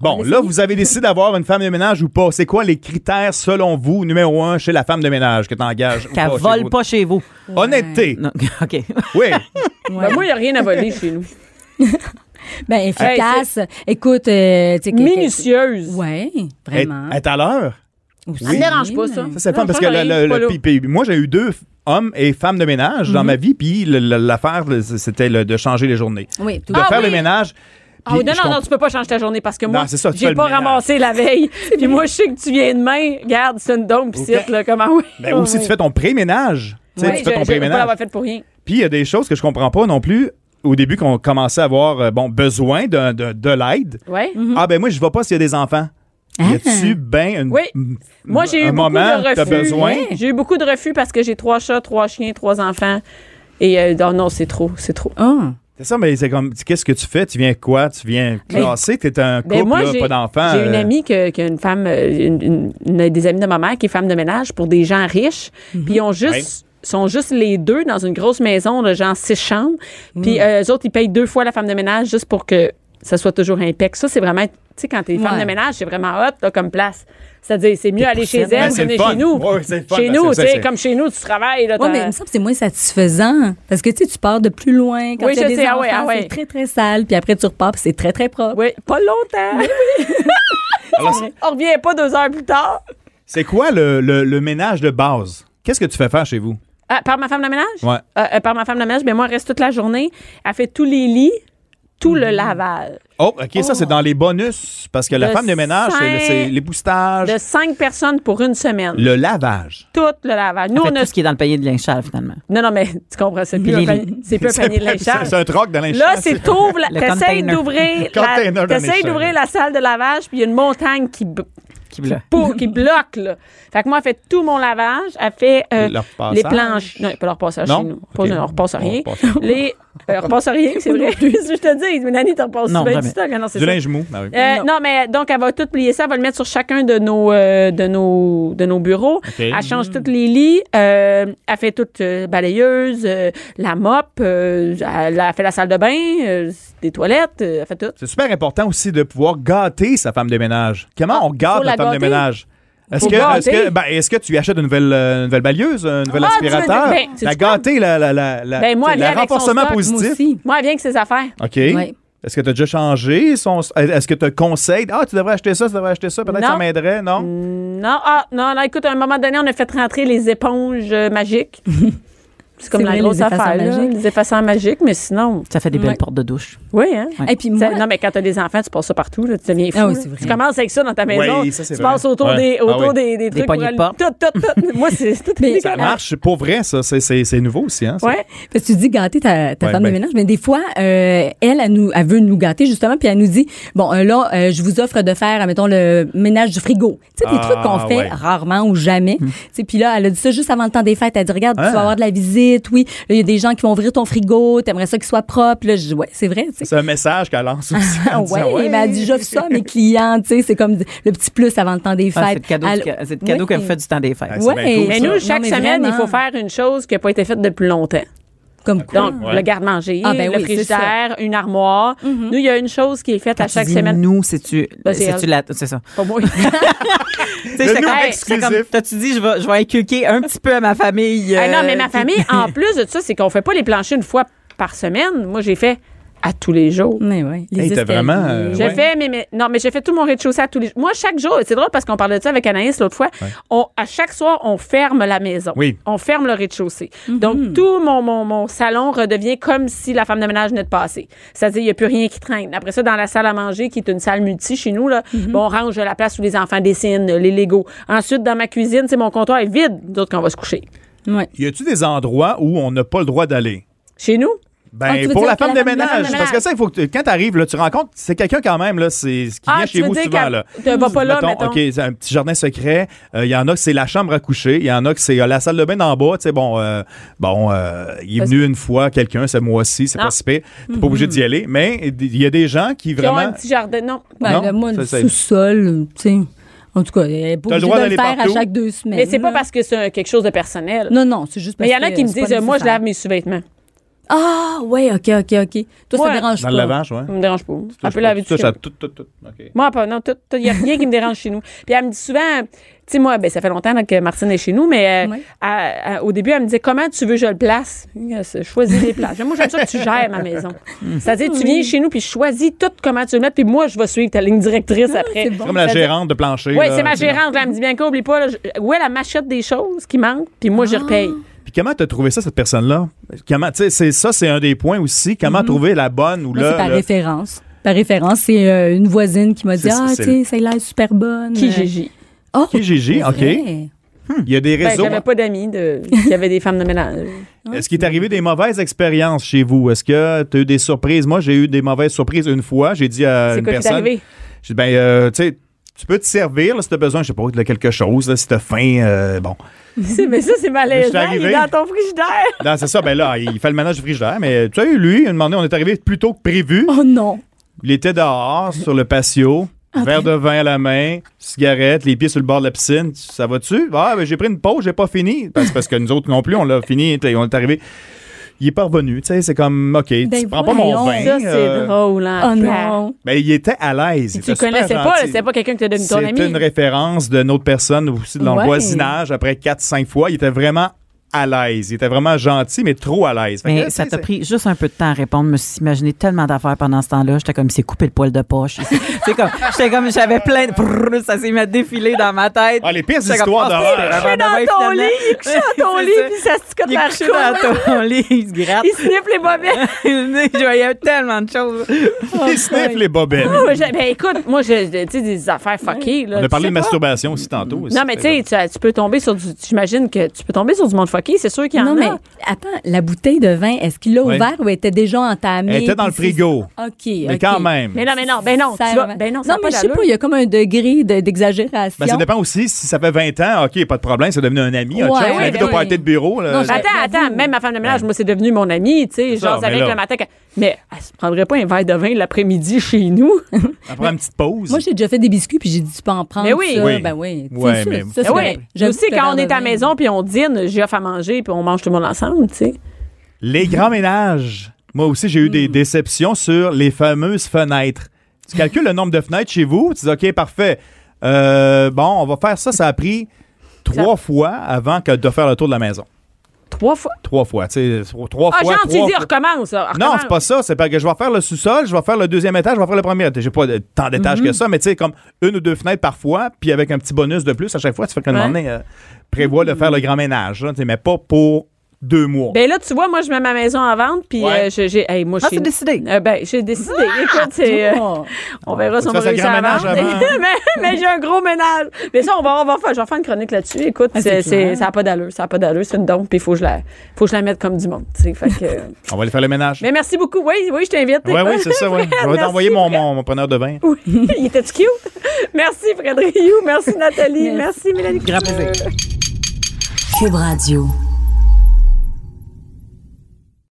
S5: Bon, là, vous avez décidé d'avoir une femme de ménage ou pas. C'est quoi les critères, selon vous, numéro un, chez la femme de ménage que t'engages? ou
S4: Qu'elle
S5: pas chez
S4: vole
S5: vous?
S4: pas chez vous.
S5: Honnêteté.
S4: Non, OK.
S5: Oui.
S3: Ben moi, il n'y a rien à voler chez nous.
S6: Ben efficace. Écoute, euh, tu sais, que- que-
S3: Minutieuse.
S6: Ouais,
S5: Être
S6: vraiment.
S5: être à l'heure.
S6: Aussi,
S3: Ça me dérange pas, ça.
S6: mais-
S5: Ça, c'est le
S3: Non,
S5: fun parce
S3: ça,
S5: que le-
S3: j'arrive
S5: le-
S3: pas
S5: le-
S3: là. Mhm.
S5: puis- puis moi, j'ai eu deux hommes et femmes de ménage dans ma vie, puis le- le- l'affaire, le- c'était le- de changer les journées.
S6: Oui, tout
S5: De
S3: Ah
S5: faire
S3: oui.
S5: le ménage.
S3: Ah oui,
S5: puis
S3: non,
S5: je
S3: non, non,
S5: comprends-
S3: tu peux pas changer ta journée parce que
S5: Non,
S3: moi,
S5: c'est ça, tu fais
S3: j'ai
S5: le
S3: pas
S5: ménage.
S3: ramassé la veille. Puis moi, je sais que tu viens demain. Regarde, c'est une dôme, pis c'est là, comment oui.
S5: Ben, ou si tu fais ton pré-ménage. Tu sais,
S3: Oui, je-
S5: tu fais ton
S3: je vais pas
S5: pré-ménage.
S3: l'avoir fait pour rien.
S5: Puis il y a des choses que je comprends pas non plus. Au début, qu'on commençait à avoir euh, bon, besoin d'un- de, de l'aide.
S3: Ouais.
S5: Ah, ben moi, je ne vais pas s'il y a des enfants. Y a-tu bien une.
S3: Ah. Oui. Moi, j'ai eu
S5: un
S3: beaucoup
S5: moment
S3: de refus.
S5: que
S3: Hein?
S5: t'as besoin.
S3: Ouais. J'ai eu beaucoup de refus parce que j'ai trois chats, trois chiens, trois enfants. Et euh, non, non, c'est oh trop, c'est trop.
S6: Ah.
S5: C'est ça, mais c'est comme, tu- qu'est-ce que tu fais? Tu viens quoi? Tu viens
S3: Ben,
S5: classer? T'es un couple,
S3: Ben, moi,
S5: là,
S3: j'ai-
S5: pas d'enfant.
S3: J'ai une
S5: euh,
S3: amie que- qui a une femme, euh, une- une- une des amies de ma mère qui est femme de ménage pour des gens riches. Puis ils ont juste.
S5: Mhm. Ouais.
S3: sont juste les deux dans une grosse maison de genre six chambres.
S5: Mhm.
S3: Puis euh, eux autres, ils payent deux fois la femme de ménage juste pour que ça soit toujours impec. Ça, c'est vraiment... Tu sais, quand t'es femme
S6: Ouais.
S3: de ménage, c'est vraiment hot là, comme place. C'est-à-dire, c'est mieux aller chez
S4: poussines.
S5: Ben,
S3: elle
S5: c'est
S3: que
S5: le
S3: de
S5: fun.
S3: chez nous.
S5: Ouais, ouais, c'est le fun.
S3: Chez
S5: Ben,
S3: nous,
S5: c'est-
S3: tu sais,
S5: c'est-
S3: comme chez nous, tu travailles. Là,
S6: Oui, mais
S3: t'as-
S6: il me semble que c'est moins satisfaisant. Parce que tu sais, tu pars de plus loin. Quand
S3: Oui,
S6: tu as
S3: je
S6: des
S3: sais, ah
S6: enfants,
S3: ouais, ah ouais.
S6: c'est très, très sale. Puis après, tu repars, puis c'est très, très propre.
S3: Oui, pas longtemps.
S5: alors, c'est-
S3: On revient pas deux heures plus tard.
S5: c'est quoi le, le- le ménage de base? Qu'est-ce que tu fais faire chez vous?
S3: Ah, par ma femme de ménage?
S5: Ouais.
S3: Euh, euh, par ma femme de ménage, mais moi, elle reste toute la journée. Elle fait tous les lits, tout
S4: Mhm.
S3: le lavage.
S5: Oh, OK, ça, c'est dans les bonus. Parce que la
S3: De
S5: femme de ménage, c'est le-
S3: cinq-
S5: c'est
S4: Ah,
S5: l'éboustetage,
S3: De cinq personnes pour une semaine.
S5: le lavage.
S3: Tout le lavage. Nous,
S4: Fait
S3: on a...
S4: tout ce qui est dans le panier de linge sale, finalement.
S3: Non, non, mais tu comprends, c'est plus
S4: Les
S3: un panier,
S4: lits.
S3: c'est plus un panier de linge
S5: C'est
S3: sale.
S5: c'est un troc de linge
S3: Là,
S5: sale,
S3: c'est t'ouvres, la-
S4: Le
S3: t'essayes
S4: container.
S3: d'ouvrir,
S5: Le container
S3: la,
S5: de
S3: t'essayes
S5: ménage.
S3: d'ouvrir la salle de lavage, puis il y a une montagne qui, b-
S4: Qui bloque.
S3: pou- qui bloque, là. Fait que moi, elle fait tout mon lavage, elle fait euh,
S5: Leur passage.
S3: les planches. Non, pas leur passage
S5: Non?
S3: chez nous.
S5: Ok.
S3: Pas, on repasse à
S5: On
S3: rien.
S5: repasse.
S3: Les, euh, repasse à rien, c'est vrai. je te dis, Mélanie, t'en repasses
S4: Non,
S3: bien
S4: jamais.
S3: du stock. Ah non, c'est
S5: Du
S3: ça.
S5: linge mou. Ah oui.
S3: Euh, non. mais donc, elle va tout plier ça. Elle va le mettre sur chacun de nos, euh, de nos, de nos bureaux. Elle change
S6: Mm.
S3: tous les lits. euh, elle fait toute euh, balayeuse, euh, la mop. euh, elle, elle fait la salle de bain, euh, des toilettes. euh, elle fait tout.
S5: C'est super important aussi de pouvoir gâter sa femme de ménage. Comment
S3: Ah,
S5: on gâte
S3: faut
S5: la
S3: la
S5: femme de
S3: gâter.
S5: ménage? Est-ce
S3: Faut
S5: que, est-ce,
S3: gâter.
S5: que, ben, est-ce que tu lui achètes une nouvelle, euh, une nouvelle balieuse, un nouvel
S3: Ah, tu veux
S5: aspirateur?
S3: dire- ben, sais-tu
S5: la
S3: quoi?
S5: gâter, la, la, la, la-
S3: Ben, moi,
S5: tu sais,
S3: elle
S5: le
S3: vient avec son
S5: renforcement
S3: stock,
S6: Moi
S5: positif.
S6: aussi.
S3: Moi, elle vient avec ses affaires.
S5: OK.
S6: Ouais.
S5: Est-ce que tu as déjà changé? son- est-ce que tu conseilles? Ah, tu devrais acheter ça, tu devrais acheter ça, peut-être que ça
S3: Non.
S5: m'aiderait, non?
S3: Non, ah, non, non, écoute, à un moment donné, on a fait rentrer les éponges euh, magiques. C'est comme
S6: C'est
S3: la
S6: vrai, les
S3: grosse
S6: effaçants
S3: affaire, là,
S6: magiques.
S3: les effaçants magiques, mais sinon,
S4: Ça fait des belles
S6: Ouais.
S4: portes de douche.
S3: oui, hein?
S6: Et puis
S3: Ça-
S6: moi,
S3: non, mais quand t'as des enfants, tu passes ça partout, là, tu deviens fou.
S6: Ah oui,
S3: là.
S6: c'est vrai.
S3: Tu commences avec ça dans ta maison.
S5: Oui, ça, c'est
S3: tu
S5: vrai.
S3: passes autour,
S5: Ouais.
S3: des,
S5: Ah
S3: autour
S5: oui.
S3: des, des trucs. pour
S4: poignées de
S3: aller-
S4: porte.
S3: Tout, tout, tout. Moi, c'est c'est tout.
S6: Mais-
S3: des
S5: Ça
S3: colères.
S5: marche, c'est pour vrai, ça. C'est, c'est- c'est nouveau aussi, hein? ça?
S3: Ouais.
S6: parce que tu dis gâter ta, ta
S5: Ouais,
S6: femme
S5: ben.
S6: de ménage, mais des fois, euh, elle, elle, nous, elle veut nous gâter justement, puis elle nous dit, bon, euh, là, euh, je vous offre de faire, mettons, le ménage du frigo. Tu sais, des
S5: Ah,
S6: trucs qu'on fait
S5: ouais. Hmm.
S6: rarement ou jamais. Tu sais, puis là, elle a dit ça juste avant le temps des fêtes. Elle a dit, regarde,
S5: Ah.
S6: tu vas avoir de la visite, oui. Là, il y a des gens qui vont ouvrir ton frigo, t'aimerais ça qu'il soit propre. Là, je dis, ouais, c'est vrai, tu sais.
S5: C'est un message qu'elle lance aussi. en
S6: Ah
S5: disant,
S6: ouais, mais elle dit j'offre ça à mes clients, tu sais, c'est comme le petit plus avant le temps des fêtes.
S4: Ah, c'est le cadeau, du
S6: Elle-
S4: ca- c'est le cadeau
S6: Oui.
S4: qu'elle fait du temps des fêtes.
S5: c'est bien cool,
S6: Ouais,
S3: Mais
S5: ça.
S3: nous, chaque
S6: Non, mais
S3: semaine, il
S6: vraiment.
S3: faut faire une chose qui n'a pas été faite depuis longtemps.
S6: comme quoi.
S3: Donc, le garde-manger,
S6: Ah, ben
S3: le
S6: oui, c'est ça. Mm-hmm.
S3: frigidaire, une armoire. Nous, il y a une chose qui est faite à chaque semaine.
S4: Nous, c'est-tu.
S3: Ben, c'est
S4: C'est-tu
S3: elle.
S4: la. C'est ça.
S3: Pas moi.
S4: Tu sais, j'étais
S5: nous
S4: comme- hey,
S5: exclusif.
S4: j'étais comme, T'as-tu dit, je vais, je vais inculquer un petit peu à ma famille.
S3: Ah non, mais
S4: euh,
S3: ma
S4: qui-
S3: famille, en plus de ça, c'est qu'on fait pas les planchers une fois par semaine. Moi, j'ai fait à tous les jours.
S6: Mais ouais, les
S5: Hey, t'as
S6: escaliers.
S5: vraiment, euh,
S3: J'ai
S5: Ouais.
S3: fait, mais, mais- non, mais j'ai fait tout mon rez-de-chaussée à tous les jours. Moi, chaque jour, c'est drôle parce qu'on parlait de ça avec Anaïs l'autre fois. On, à chaque soir, on ferme la maison.
S5: Oui.
S3: On ferme le rez-de-chaussée.
S6: Mhm.
S3: Donc, tout mon, mon, mon salon redevient comme si la femme de ménage venait de passer. C'est-à-dire, il n'y a plus rien qui traîne. Après ça, dans la salle à manger, qui est une salle multi chez nous, là,
S6: Mhm.
S3: bon, on range la place où les enfants dessinent, les Legos. Ensuite, dans ma cuisine, c'est mon comptoir est vide. D'autres, qu'on va se coucher.
S6: Ouais.
S5: Y a-tu des endroits où on n'a pas le droit d'aller?
S3: Chez nous,
S6: Ah, tu
S5: Ben,
S6: veux
S5: pour
S6: dire
S5: la
S6: que
S5: femme,
S6: la
S5: de
S6: femme de
S5: ménage.
S3: ménage.
S5: Parce que ça, il faut que tu- quand tu arrives, là, tu rencontres, c'est quelqu'un quand même, là, c'est, ce qui
S3: Ah,
S5: vient
S3: tu
S5: chez
S3: veux
S5: vous
S3: dire
S5: souvent.
S3: qu'elle-
S5: Là.
S3: te vas pas là, mettons.
S5: OK, c'est un petit jardin secret. Euh, Il y en a que c'est la chambre à coucher. Il y en a que c'est euh, la salle de bain d'en bas. Tu sais, bon, euh, bon euh, il est
S3: Parce-
S5: venu une fois, quelqu'un, ce mois-ci, c'est
S3: Non.
S5: pas si pire. T'es pas obligé d'y aller. Mais il y a des gens qui
S3: qui ont
S5: vraiment.
S3: un petit jardin. Non.
S6: Ben,
S5: Non,
S6: le moi,
S5: ça,
S6: le
S5: c'est-
S6: sous-sol, tu sais. En tout cas, elle est
S5: T'as
S6: pas
S5: le
S6: obligée
S5: droit
S6: de
S5: d'aller
S6: le faire
S5: partout.
S6: à chaque deux semaines.
S3: Mais c'est pas
S6: là.
S3: parce que c'est un- quelque chose de personnel.
S6: Non, non, c'est juste
S3: mais
S6: parce
S3: il
S6: que.
S3: y en a qui me
S6: c'est
S3: disent,
S6: pas
S3: euh, moi, je
S6: nécessaire.
S3: lave mes sous-vêtements.
S6: Ah, ouais, OK, OK, OK. Toi,
S3: Ouais.
S6: ça dérange
S5: dans
S6: pas.
S5: le lavage, ouais.
S3: Ça me dérange pas. On
S5: Touche
S3: peut
S5: pas,
S3: laver
S5: tu
S3: tout
S5: touches
S3: ça.
S5: à tout, tout, tout. OK.
S3: Moi, pas, non, tout, il n'y a rien qui me dérange chez nous. Puis elle me dit souvent, tu sais, moi, ben, ça fait longtemps là, que Martine est chez nous, mais euh,
S6: Ouais.
S3: elle- elle- au début, elle me disait, comment tu veux que je le place? Elle se- Choisis les places. Moi, j'aime ça que tu gères ma maison. C'est-à-dire, tu viens chez nous, puis je choisis tout comment tu le mets, puis moi, je vais suivre ta ligne directrice après.
S6: c'est bon.
S5: Comme la
S3: C'est-à-dire-
S5: gérante de plancher.
S3: Oui,
S5: là,
S3: c'est ma
S5: tu sais,
S3: gérante, là, elle me dit, bien quoi, oublie pas, là, je- où est la machette des choses qui manquent, puis moi, je repaye.
S5: Puis comment t'as trouvé ça, cette personne-là? Comment, tu sais, c'est- ça, c'est un des points aussi.
S3: Mm-hmm.
S5: Comment trouver la bonne ou
S6: Moi, c'est
S5: là.
S6: par
S5: là-
S6: référence. Par référence, c'est euh, une voisine qui m'a dit
S5: C'est-
S6: Ah,
S5: c'est-
S6: tu sais, celle-là est super bonne.
S3: Qui,
S6: Euh,
S3: Gigi?
S6: Oh,
S5: Qui, Gigi?
S6: c'est
S5: OK.
S6: vrai.
S5: Il y a des
S3: Ben,
S5: réseaux.
S3: j'avais pas d'amis de... qui avaient des femmes de ménage.
S5: Est-ce qu'il est arrivé des mauvaises expériences chez vous? Est-ce que tu as eu des surprises? Moi, j'ai eu des mauvaises surprises une fois. J'ai dit à
S3: C'est
S5: une
S3: quoi qui t'est
S5: personne.
S3: arrivé?
S5: J'ai dit, ben, euh, tu sais, tu peux te servir là, si tu as besoin, je sais pas, de quelque chose, là, si tu as faim. euh, bon.
S3: C'est- mais ça, c'est malaisant.
S5: Je suis
S3: Il est
S5: arrivé.
S3: dans ton frigidaire.
S5: Non, c'est ça. Ben là, il fait le ménage du frigidaire. Mais tu as eu lui, une demandé, on est arrivé plus tôt que prévu.
S6: Oh non.
S5: Il était dehors, sur le patio, verre de vin à la main, cigarette, les pieds sur le bord de la piscine. Ça va-tu? Ah, ben j'ai pris une pause, j'ai pas fini. Ben, Parce, parce que nous autres non plus, on l'a fini, t'sais, on est arrivé. Il est pas revenu, tu sais, c'est comme, OK, tu prends pas mon
S6: voyons,
S5: vin.
S3: Ben, Ça, c'est
S5: euh,
S3: drôle. hein.
S6: Oh non.
S5: ben, il était à l'aise. il
S3: Tu le
S5: était
S3: connaissais
S5: super
S3: pas,
S5: gentil.
S3: là, c'est pas quelqu'un qui t'a donné ton ami.
S5: C'était une référence de notre personne aussi dans
S6: Ouais.
S5: le voisinage après 4-5 fois. Il était vraiment à l'aise. Il était vraiment gentil, mais trop à l'aise. Fait que,
S4: Mais
S5: tu
S4: ça
S5: sais,
S4: t'a
S5: c'est-
S4: pris juste un peu de temps à répondre. Je me suis imaginé tellement d'affaires pendant ce temps-là. J'étais comme, c'est coupé le poil de poche. c'est comme, j'étais comme, j'avais plein de. Brrr, ça s'est mis à défiler dans ma tête.
S5: Ah, les pires
S4: J'étais
S5: histoires
S4: comme,
S5: d'horreur.
S4: c'est
S5: Il est
S4: avant
S3: couché
S4: demain,
S3: dans ton
S4: finalement.
S3: lit, il est couché dans ton
S4: C'est
S3: lit,
S4: ça.
S3: puis ça se cote
S4: Il est
S3: la
S4: couché dans ton lit, il se gratte.
S3: Il sniffe les bobettes.
S4: Il y a tellement de choses.
S5: Il sniffe les bobettes.
S3: Moi, j'ai- ben, écoute, moi, je- je- tu sais, des affaires fuckées. Là,
S5: On a
S3: tu
S5: parlé
S3: sais
S5: de
S3: pas.
S5: masturbation aussi tantôt. aussi.
S3: Non, mais tu sais, tu- tu peux tomber sur du. J'imagine que tu peux tomber sur du monde fucké, c'est sûr qu'il y en a.
S6: Non, mais attends, la bouteille de vin, est-ce qu'il l'a
S5: Ouais.
S6: ouvert ou était déjà entamée?
S5: Elle était dans le
S6: Puis c'est-
S5: frigo.
S6: OK.
S5: Mais quand même.
S3: Mais non, mais non, ben non, tu vas- ben non, ça a pas
S6: mais je sais
S3: d'allure.
S6: pas, il y a comme un degré de- d'exagération.
S5: Ben, ça dépend aussi si ça fait 20 ans, OK, pas de problème, c'est devenu un ami, un
S6: Ouais,
S5: chum, un
S6: ouais,
S5: ami de
S6: ben oui.
S5: party de bureau. là.
S6: Non,
S3: Ben, Attends,
S6: J'avoue.
S3: attends, même ma femme de ménage, moi, c'est devenu mon ami, tu sais,
S5: C'est ça,
S3: j'ose
S5: mais
S3: avec
S5: là-
S3: le matin. quand- Mais elle se prendrait pas un verre de vin l'après-midi chez nous.
S5: On prend une petite pause.
S6: Moi, j'ai déjà fait des biscuits, puis j'ai dit, tu peux en prendre.
S3: Mais oui.
S6: ça.
S5: Oui.
S6: Ben oui. C'est
S5: Ouais,
S6: sûr,
S5: mais-
S6: ça, c'est
S3: Ben
S6: vrai.
S3: oui,
S6: J'avoue
S3: aussi,
S6: que
S3: quand on
S6: le
S3: est à la
S6: vin-
S3: maison, puis on dîne, j'offre à manger, puis on mange tout le monde ensemble, tu sais.
S5: Les grands ménages. Moi aussi, j'ai eu des
S3: Hmm.
S5: déceptions sur les fameuses fenêtres. Tu calcules le nombre de fenêtres chez vous, tu dis OK, parfait. Euh, bon, on va faire ça. Ça a pris trois fois avant que de faire le tour de la maison.
S3: Trois fois.
S5: Trois fois, tu sais, trois trois
S3: Ah,
S5: fois.
S3: Jean, tu
S5: trois
S3: dis,
S5: fois.
S3: recommence, là,
S5: Non,
S3: recommence.
S5: c'est pas ça. C'est parce que je vais faire le sous-sol, je vais faire le deuxième étage, je vais faire le premier étage. J'ai pas de- tant d'étages
S3: Mhm.
S5: que ça, mais tu sais, comme une ou deux fenêtres par fois, puis avec un petit bonus de plus à chaque fois, tu fais qu'un
S3: Ouais.
S5: moment donné, euh, prévoit de faire le grand ménage, là, tu sais, mais pas pour deux mois.
S3: Ben là, tu vois, moi, je mets ma maison en vente, puis
S5: Ouais.
S3: euh, je- j'ai. hey, moi,
S4: Ah,
S3: j'ai-
S4: c'est décidé.
S3: Euh, ben, j'ai décidé. Écoute, c'est. euh,
S6: Oh.
S3: on verra si
S5: Faut
S3: on
S5: que
S3: va
S5: tu fasses
S3: réussir
S5: un
S3: à
S5: grand
S3: vendre.
S5: ménage avant.
S3: mais mais j'ai un gros ménage. Mais ça, on va, on va faire. Je vais faire une chronique là-dessus. Écoute,
S6: Ah,
S3: c'est
S6: c'est clair.
S3: c'est- ça n'a pas d'allure. Ça n'a pas d'allure. C'est une dompe, puis il faut, que je la- faut que je la mette comme du monde. tu sais. Fait que-
S5: On va aller faire le ménage.
S3: mais merci beaucoup. Oui, oui, je t'invite.
S5: Oui, oui, c'est ça, oui. Je vais
S3: Merci,
S5: t'envoyer mon, mon, mon preneur de vin.
S3: Oui. Il était cute. merci, Frédéric Rioux. Merci, Nathalie. Merci, Mélanie.
S4: Grand plaisir.
S1: Cube Radio.